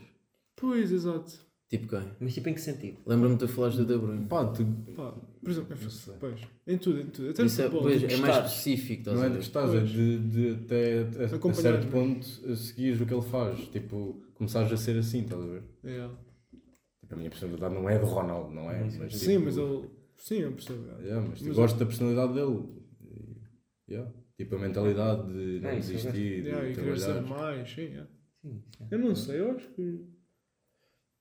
Speaker 3: Pois, exato.
Speaker 1: Tipo quem?
Speaker 5: Mas tipo em que sentido?
Speaker 1: Lembra-me de tu falares do De Bruyne.
Speaker 2: Pá, tu
Speaker 3: Pá, por exemplo, é
Speaker 2: Não sei.
Speaker 3: pois, em tudo, em tudo. Até no
Speaker 1: Isso é,
Speaker 3: futebol.
Speaker 1: pois,
Speaker 3: tipo,
Speaker 5: de
Speaker 1: é mais
Speaker 5: tipo, gostar.
Speaker 1: específico, estás
Speaker 2: não
Speaker 1: a
Speaker 2: é de
Speaker 1: ver?
Speaker 2: gostares, é de, de até a- a,
Speaker 3: Acompanhar,
Speaker 2: certo
Speaker 3: né?
Speaker 2: ponto a seguires o que ele faz. Tipo, começares a ser assim, estás a ver?
Speaker 1: é.
Speaker 3: Yeah.
Speaker 2: Tipo, a minha personalidade não é do Ronaldo, não é?
Speaker 1: Uhum.
Speaker 2: Mas,
Speaker 3: Sim,
Speaker 2: tipo,
Speaker 3: mas ele. Sim, eu percebo. é.
Speaker 2: Yeah, mas, tipo,
Speaker 3: Mas
Speaker 2: gosto da personalidade dele. E, yeah. Tipo, a mentalidade de não
Speaker 5: É, isso eu
Speaker 2: desistir,
Speaker 5: gosto.
Speaker 2: de
Speaker 3: Yeah, e querer ser
Speaker 2: trabalhar.
Speaker 1: tipo
Speaker 3: mais, sim, yeah.
Speaker 5: Sim, é. sim.
Speaker 3: Eu
Speaker 2: É.
Speaker 3: não sei, eu acho que.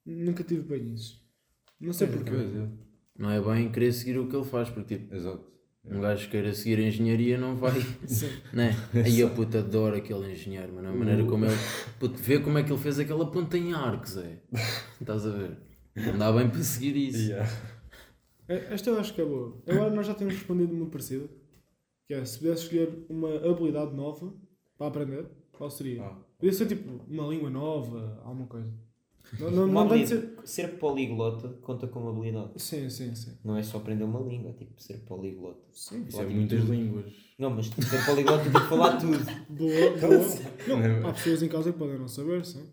Speaker 3: Nunca tive bem isso. Não sei
Speaker 2: É, Pois,
Speaker 3: porquê.
Speaker 2: yeah.
Speaker 1: Não é bem querer seguir o que ele faz, porque tipo,
Speaker 2: Exato.
Speaker 1: um gajo queira seguir a engenharia não
Speaker 5: [LAUGHS]
Speaker 1: vai.
Speaker 3: Sim.
Speaker 1: né? Aí a puta adora aquele engenheiro, mano. A maneira como ele. Puto, vê como é que ele fez aquela ponta em arcos, é. Estás a ver? Não dá bem para seguir isso.
Speaker 3: É, Esta eu acho que é boa. Agora nós já temos respondido uma parecida. Que é, se pudesse escolher uma habilidade nova para aprender, qual seria?
Speaker 2: Ah,
Speaker 3: Podia ser tipo uma língua nova, alguma coisa. Não, não,
Speaker 5: Uma
Speaker 3: não tem de ser.
Speaker 5: habilidade- Ser poliglota conta como habilidade.
Speaker 3: Sim, sim, sim.
Speaker 5: Não é só aprender uma língua, é tipo ser poliglota.
Speaker 3: Sim.
Speaker 2: Isso é muitas línguas.
Speaker 5: Não, mas tipo, ser poliglota tem que falar tudo.
Speaker 3: Boa, boa. Há
Speaker 2: Não, é
Speaker 3: pessoas em casa que podem não saber, sim.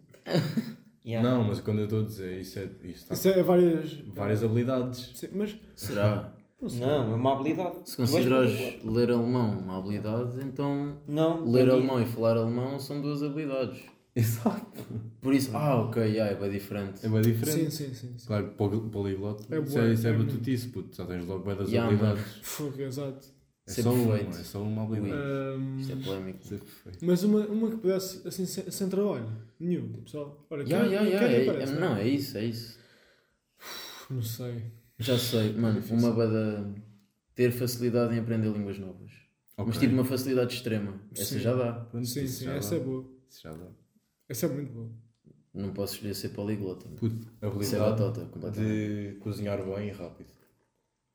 Speaker 5: Yeah.
Speaker 2: mas quando eu estou a dizer, isso é. Isso
Speaker 3: Isso
Speaker 2: tá,
Speaker 3: é várias.
Speaker 2: várias habilidades.
Speaker 3: Sim, mas.
Speaker 1: Será?
Speaker 3: Não sei.
Speaker 5: Não, é uma habilidade.
Speaker 1: Se
Speaker 5: Tu és
Speaker 1: considerares
Speaker 5: poliglota.
Speaker 1: ler alemão uma habilidade, então
Speaker 5: Não,
Speaker 1: ler
Speaker 5: para mim-
Speaker 1: alemão e falar alemão são duas habilidades.
Speaker 2: Exato.
Speaker 1: Por isso, ah, ok, yeah, é bem diferente.
Speaker 2: É bem
Speaker 3: Sim,
Speaker 2: diferente.
Speaker 3: sim, sim. sim.
Speaker 2: Claro, poli- poliglota.
Speaker 3: É
Speaker 2: isso
Speaker 3: bué,
Speaker 2: é, isso é,
Speaker 3: é muito.
Speaker 2: batutice, puto. Já tens logo bem das
Speaker 1: Yeah,
Speaker 2: habilidades.
Speaker 3: Fogo, exato.
Speaker 2: É
Speaker 1: Ser
Speaker 2: só uma,
Speaker 1: perfeito.
Speaker 2: é só uma habilidade.
Speaker 3: Ahm,
Speaker 1: Isto é polémico.
Speaker 2: Ser perfeito.
Speaker 3: mas uma, uma que pudesse, assim, sem, sem trabalho nenhum. Tipo só. Olha,
Speaker 1: Yeah,
Speaker 3: quero-
Speaker 1: yeah, yeah,
Speaker 3: quero e
Speaker 1: é-
Speaker 3: aparece,
Speaker 1: é-
Speaker 3: não é?
Speaker 1: não, é isso, é isso.
Speaker 3: Não sei.
Speaker 1: Já
Speaker 2: É
Speaker 1: sei, mano, uma bada ter facilidade em aprender línguas novas. Mas
Speaker 2: Ok.
Speaker 1: tipo uma facilidade extrema. Essa
Speaker 3: Sim.
Speaker 1: já dá.
Speaker 2: Pronto,
Speaker 3: Sim,
Speaker 2: isso
Speaker 3: sim,
Speaker 2: já
Speaker 3: essa é
Speaker 2: dá.
Speaker 3: boa.
Speaker 2: Isso já dá.
Speaker 3: Essa é muito boa.
Speaker 1: Não posso escolher ser poliglota. mano.
Speaker 2: Puto,
Speaker 1: Isso é
Speaker 2: habilidade
Speaker 1: batota, completamente.
Speaker 2: de cozinhar bem e rápido.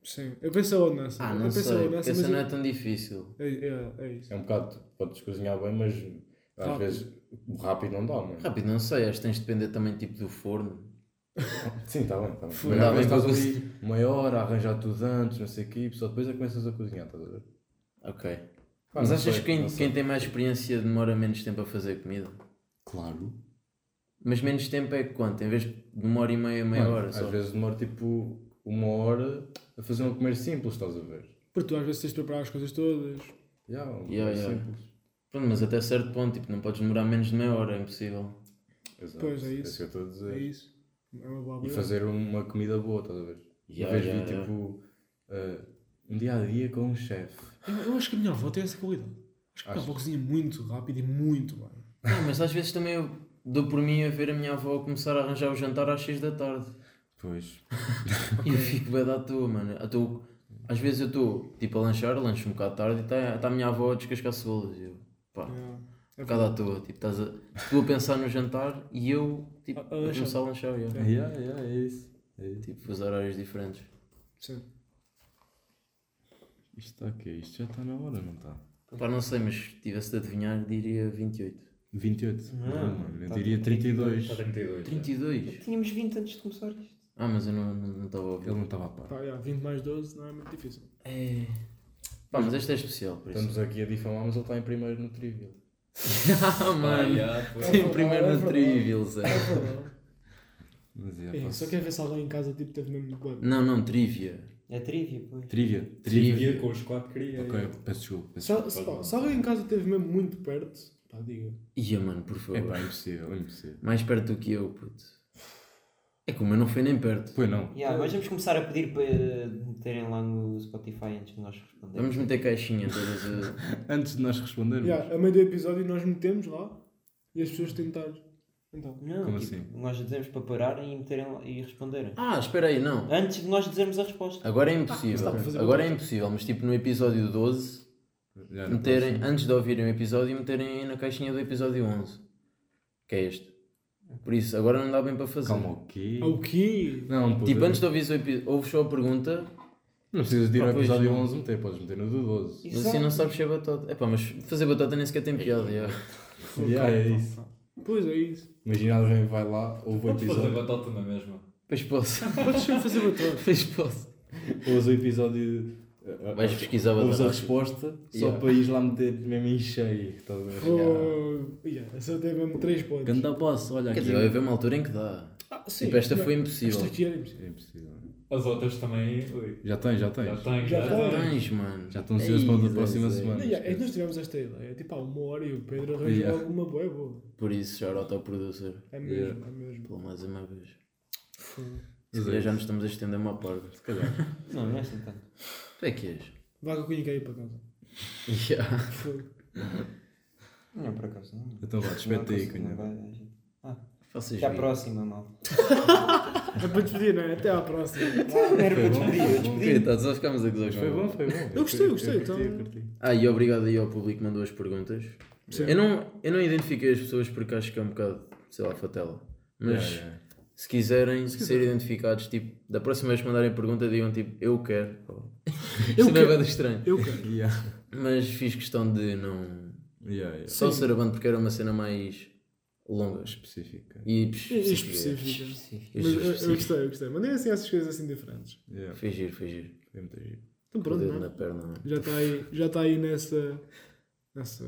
Speaker 3: Sim. Eu pensei logo nessa.
Speaker 1: Ah,
Speaker 3: eu
Speaker 1: não
Speaker 3: pensei
Speaker 1: sei,
Speaker 3: logo
Speaker 1: porque
Speaker 3: nessa,
Speaker 1: essa
Speaker 3: mas
Speaker 1: não é
Speaker 3: eu-
Speaker 1: tão difícil.
Speaker 3: é, é, é isso.
Speaker 2: É um bocado, podes cozinhar bem, mas às
Speaker 3: Rápido.
Speaker 2: vezes rápido não é? dá, mano.
Speaker 1: Rápido, não sei, acho que tens de depender também tipo do forno.
Speaker 2: Sim, está bem, está bem.
Speaker 1: Fui
Speaker 2: Mas às
Speaker 1: lá
Speaker 2: vezes
Speaker 1: bem
Speaker 2: estás ali meia hora a arranjar tudo antes, não sei o quê, só depois é que começas a cozinhar, estás a ver?
Speaker 1: Ok.
Speaker 2: Pá,
Speaker 1: Mas
Speaker 2: Ah,
Speaker 1: achas
Speaker 2: não sei,
Speaker 1: que quem,
Speaker 2: não sei.
Speaker 1: quem tem mais experiência demora menos tempo a fazer comida?
Speaker 2: Claro.
Speaker 1: Mas menos tempo é quanto? Em vez de uma hora e meia, meia
Speaker 2: Mano,
Speaker 1: hora
Speaker 2: às
Speaker 1: só.
Speaker 2: vezes demora tipo uma hora a fazer um comer simples, estás a ver?
Speaker 3: Porque tu às vezes tens de preparar as coisas todas. é
Speaker 2: Já, um comer
Speaker 1: Yeah, yeah.
Speaker 2: simples.
Speaker 1: Pronto, mas até certo ponto, tipo, não podes demorar menos de meia hora, é impossível.
Speaker 2: Exato.
Speaker 3: Pois, é isso.
Speaker 2: que eu estou a dizer.
Speaker 3: É isso. É uma boa
Speaker 2: E
Speaker 3: habilidade.
Speaker 2: fazer uma comida boa, estás a ver?
Speaker 1: Yeah,
Speaker 2: uma vez
Speaker 1: yeah,
Speaker 2: vi
Speaker 1: yeah.
Speaker 2: tipo eh, um dia a dia com um chefe.
Speaker 3: Eu, eu acho que a minha avó tem essa qualidade. Acho que a minha
Speaker 2: Acho.
Speaker 3: avó cozinha muito rápido e muito bem.
Speaker 1: Não, mas às vezes também eu dou por mim a ver a minha avó começar a arranjar o jantar às 6 da tarde.
Speaker 2: Pois.
Speaker 1: E eu fico bem da toa, mano. À toa- Às vezes eu estou, tipo, a lanchar, lancho um bocado tarde e está tá a minha avó a descascar cebolas. E eu, pá, um
Speaker 3: É.
Speaker 1: bocado à toa. Tipo, estás a, tu a pensar no jantar e eu, tipo,
Speaker 3: A-
Speaker 1: a,
Speaker 3: a lanchar.
Speaker 1: começar a lanchar. Yeah.
Speaker 2: Yeah, yeah, é isso. É isso.
Speaker 1: Tipo, os horários diferentes.
Speaker 3: Sim.
Speaker 2: Isto está aqui, isto já está na hora, não tá? está?
Speaker 1: Pá, não sei, mas se tivesse de adivinhar, diria 28.
Speaker 2: 28.
Speaker 5: Não,
Speaker 2: Não, mano, eu
Speaker 5: tá
Speaker 2: diria 32.
Speaker 4: Está 32.
Speaker 1: 32?
Speaker 5: Tínhamos 20 antes de começar isto.
Speaker 1: Ah, mas eu não não- não estava a
Speaker 2: Ele
Speaker 1: ouvir.
Speaker 2: não estava a par.
Speaker 3: Pá, yeah, 20 mais 12 não é muito difícil.
Speaker 1: É... Pá, mas este é especial, por isso.
Speaker 2: Estamos aqui a difamar, mas ele está em primeiro no trivial.
Speaker 1: [LAUGHS] ah,
Speaker 4: Ah,
Speaker 1: mano!
Speaker 4: yeah, pois.
Speaker 1: Sim, primeiro
Speaker 3: É
Speaker 1: no
Speaker 3: verdade.
Speaker 1: trivial, Zé.
Speaker 2: Mas é,
Speaker 3: É,
Speaker 2: pá.
Speaker 3: só quer ver se alguém em casa tipo, teve mesmo boa.
Speaker 1: Não, não, trivia.
Speaker 5: É trivia, pois.
Speaker 2: Trivia.
Speaker 4: Trivia com os quatro queria.
Speaker 2: Ok, peço desculpa.
Speaker 3: Se,
Speaker 2: Peço
Speaker 3: al-
Speaker 2: desculpa.
Speaker 3: se, pá, se alguém em casa teve mesmo muito perto, pá, diga.
Speaker 1: Ia, mano, por
Speaker 2: É
Speaker 1: favor.
Speaker 2: pá, impossível, impossível.
Speaker 1: Mais perto do que eu, puto. É que o meu não foi nem perto.
Speaker 2: Pois não.
Speaker 5: Yeah, mas vamos começar a pedir para meterem lá no Spotify antes de nós respondermos.
Speaker 1: Vamos meter caixinha todas eh.
Speaker 3: [LAUGHS]
Speaker 1: as...
Speaker 2: Antes de nós respondermos.
Speaker 3: Yeah, a meio do episódio nós metemos lá e as pessoas tentaram. Então.
Speaker 5: Não,
Speaker 2: Como
Speaker 5: tipo,
Speaker 2: assim?
Speaker 5: nós dizemos para pararem e, meterem lá- e responderem.
Speaker 1: Ah, espera aí, não.
Speaker 5: Antes de nós dizermos a resposta.
Speaker 1: Agora é
Speaker 3: mas
Speaker 1: impossível.
Speaker 3: dá para fazer
Speaker 1: Agora é
Speaker 3: outra.
Speaker 1: impossível, mas tipo no episódio 12,
Speaker 2: Já não
Speaker 1: meterem, antes de ouvirem o episódio, meterem aí na caixinha do episódio 11. Que é este. Por isso, agora não dá bem para
Speaker 2: posso.
Speaker 1: fazer.
Speaker 2: Calma, o quê?
Speaker 3: Ah, O quê?
Speaker 2: Não, puto,
Speaker 1: é. Tipo, antes de ouvir o episódio, ouves só a pergunta,
Speaker 2: Não precisas de ir
Speaker 1: Ah,
Speaker 2: ao
Speaker 1: pois
Speaker 2: episódio
Speaker 1: não.
Speaker 2: 11 meter, podes meter no do 12.
Speaker 5: assim
Speaker 1: mas assim não sabes se é batota. Epá, mas fazer batota nem sequer tem piada. já.
Speaker 2: Yeah, é isso.
Speaker 3: Pois é isso.
Speaker 2: Imagina alguém vai lá, ouve o
Speaker 4: Podes fazer
Speaker 2: episódio,
Speaker 4: batota tá na mesma.
Speaker 1: Pois posso.
Speaker 3: [LAUGHS] Podes sempre fazer batota.
Speaker 1: Pois posso.
Speaker 2: ouves o episódio, eh,
Speaker 1: Vais pesquisar
Speaker 2: ouves a
Speaker 1: batata.
Speaker 2: resposta, só
Speaker 1: Yeah.
Speaker 2: para ires lá meter mesmo em cheio. Estás a ver?
Speaker 3: Oh, yeah, essa até mesmo 3 pontos.
Speaker 2: Ganda boss, olha
Speaker 1: Quer
Speaker 2: aqui.
Speaker 1: dizer, vai haver uma altura em que dá.
Speaker 3: Ah, sim.
Speaker 1: Tipo, esta
Speaker 3: Não,
Speaker 1: foi impossível.
Speaker 3: Esta aqui era impossível.
Speaker 2: É impossível.
Speaker 4: As outras também. Ui.
Speaker 2: Já tens, já tens.
Speaker 4: Já tens,
Speaker 3: Já
Speaker 4: já
Speaker 3: tens.
Speaker 4: tens.
Speaker 1: Tens, mano. É
Speaker 2: Já estão ansiosos para a
Speaker 1: Ei,
Speaker 2: próxima
Speaker 1: Zé, Zé.
Speaker 2: semana.
Speaker 3: Não, yeah, é que nós tivemos esta ideia, tipo há uma hora e o Pedro arranjou
Speaker 2: Yeah.
Speaker 3: alguma boa, é boa.
Speaker 1: Por isso, já era o producer.
Speaker 3: É mesmo,
Speaker 2: Yeah.
Speaker 3: é mesmo.
Speaker 1: Pelo mais uma vez.
Speaker 3: Fogo.
Speaker 1: Se
Speaker 2: é
Speaker 1: calhar já nos estamos a estender uma porta. Se calhar.
Speaker 2: [LAUGHS]
Speaker 5: Não, não é assim tanto.
Speaker 1: Tu é que és?
Speaker 3: Vá com a cunha que é aí para casa.
Speaker 1: Yeah.
Speaker 3: Fogo.
Speaker 5: Não, por acaso não.
Speaker 2: Então vá, despete
Speaker 5: Não,
Speaker 2: aí,
Speaker 5: não, não
Speaker 2: cunha.
Speaker 5: vai, não vai.
Speaker 1: Vocês
Speaker 5: Até à
Speaker 1: virem.
Speaker 5: próxima, mal.
Speaker 3: É para despedir, não é? Até
Speaker 2: [LAUGHS]
Speaker 3: à próxima.
Speaker 5: Não era para despedir, eu
Speaker 1: Ok,
Speaker 5: despedi.
Speaker 1: tá, só ficámos a gozar.
Speaker 2: Foi bom, foi bom.
Speaker 3: Eu gostei, gostei,
Speaker 2: curti,
Speaker 3: então-
Speaker 2: eu curti.
Speaker 1: Ah, e obrigado aí ao público que mandou as perguntas.
Speaker 3: Sim.
Speaker 1: Eu não, eu não identifiquei as pessoas porque acho que é um bocado, sei lá, fatela. Mas
Speaker 2: Yeah, yeah.
Speaker 1: se quiserem ser identificados, tipo, da próxima vez que mandarem pergunta, digam tipo, eu
Speaker 2: [LAUGHS]
Speaker 1: quero.
Speaker 3: Eu
Speaker 1: Isso não é
Speaker 3: quero.
Speaker 1: bada estranho.
Speaker 3: Eu quero.
Speaker 2: Yeah.
Speaker 1: Mas fiz questão de não.
Speaker 2: Yeah, yeah.
Speaker 1: Só ser abando porque era uma cena mais longa
Speaker 2: Específica.
Speaker 1: e
Speaker 3: É
Speaker 1: específica.
Speaker 3: específica.
Speaker 5: Específico.
Speaker 3: Mas eh, eu, eu gostei, eu gostei. Mandei assim essas coisas assim diferentes.
Speaker 2: Yeah.
Speaker 1: Fingir, fingir.
Speaker 2: Foi muito giro.
Speaker 3: Então
Speaker 1: O
Speaker 3: pronto,
Speaker 1: dedo
Speaker 3: não
Speaker 1: na
Speaker 3: é?
Speaker 1: perna. não é?
Speaker 3: já está aí, já está aí nessa. Nessa.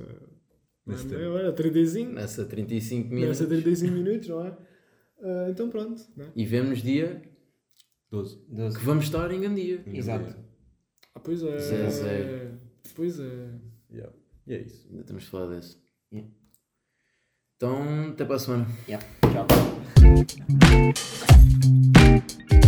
Speaker 2: Nesse
Speaker 3: não é?
Speaker 2: tempo.
Speaker 3: Agora, 35.
Speaker 1: Nessa 35 minutos.
Speaker 3: Nessa 35 minutos, não é? Ah, então pronto, não é?
Speaker 1: E vemos dia
Speaker 2: 12.
Speaker 1: que
Speaker 5: 12.
Speaker 1: vamos estar em Gandia.
Speaker 5: Exato.
Speaker 3: Ah, pois é.
Speaker 1: Zero, zero.
Speaker 3: Pois é.
Speaker 2: Yeah. E é isso.
Speaker 1: Ainda temos de falar desse.
Speaker 5: Yeah.
Speaker 1: Então, até para a semana.
Speaker 5: Yeah. Tchau.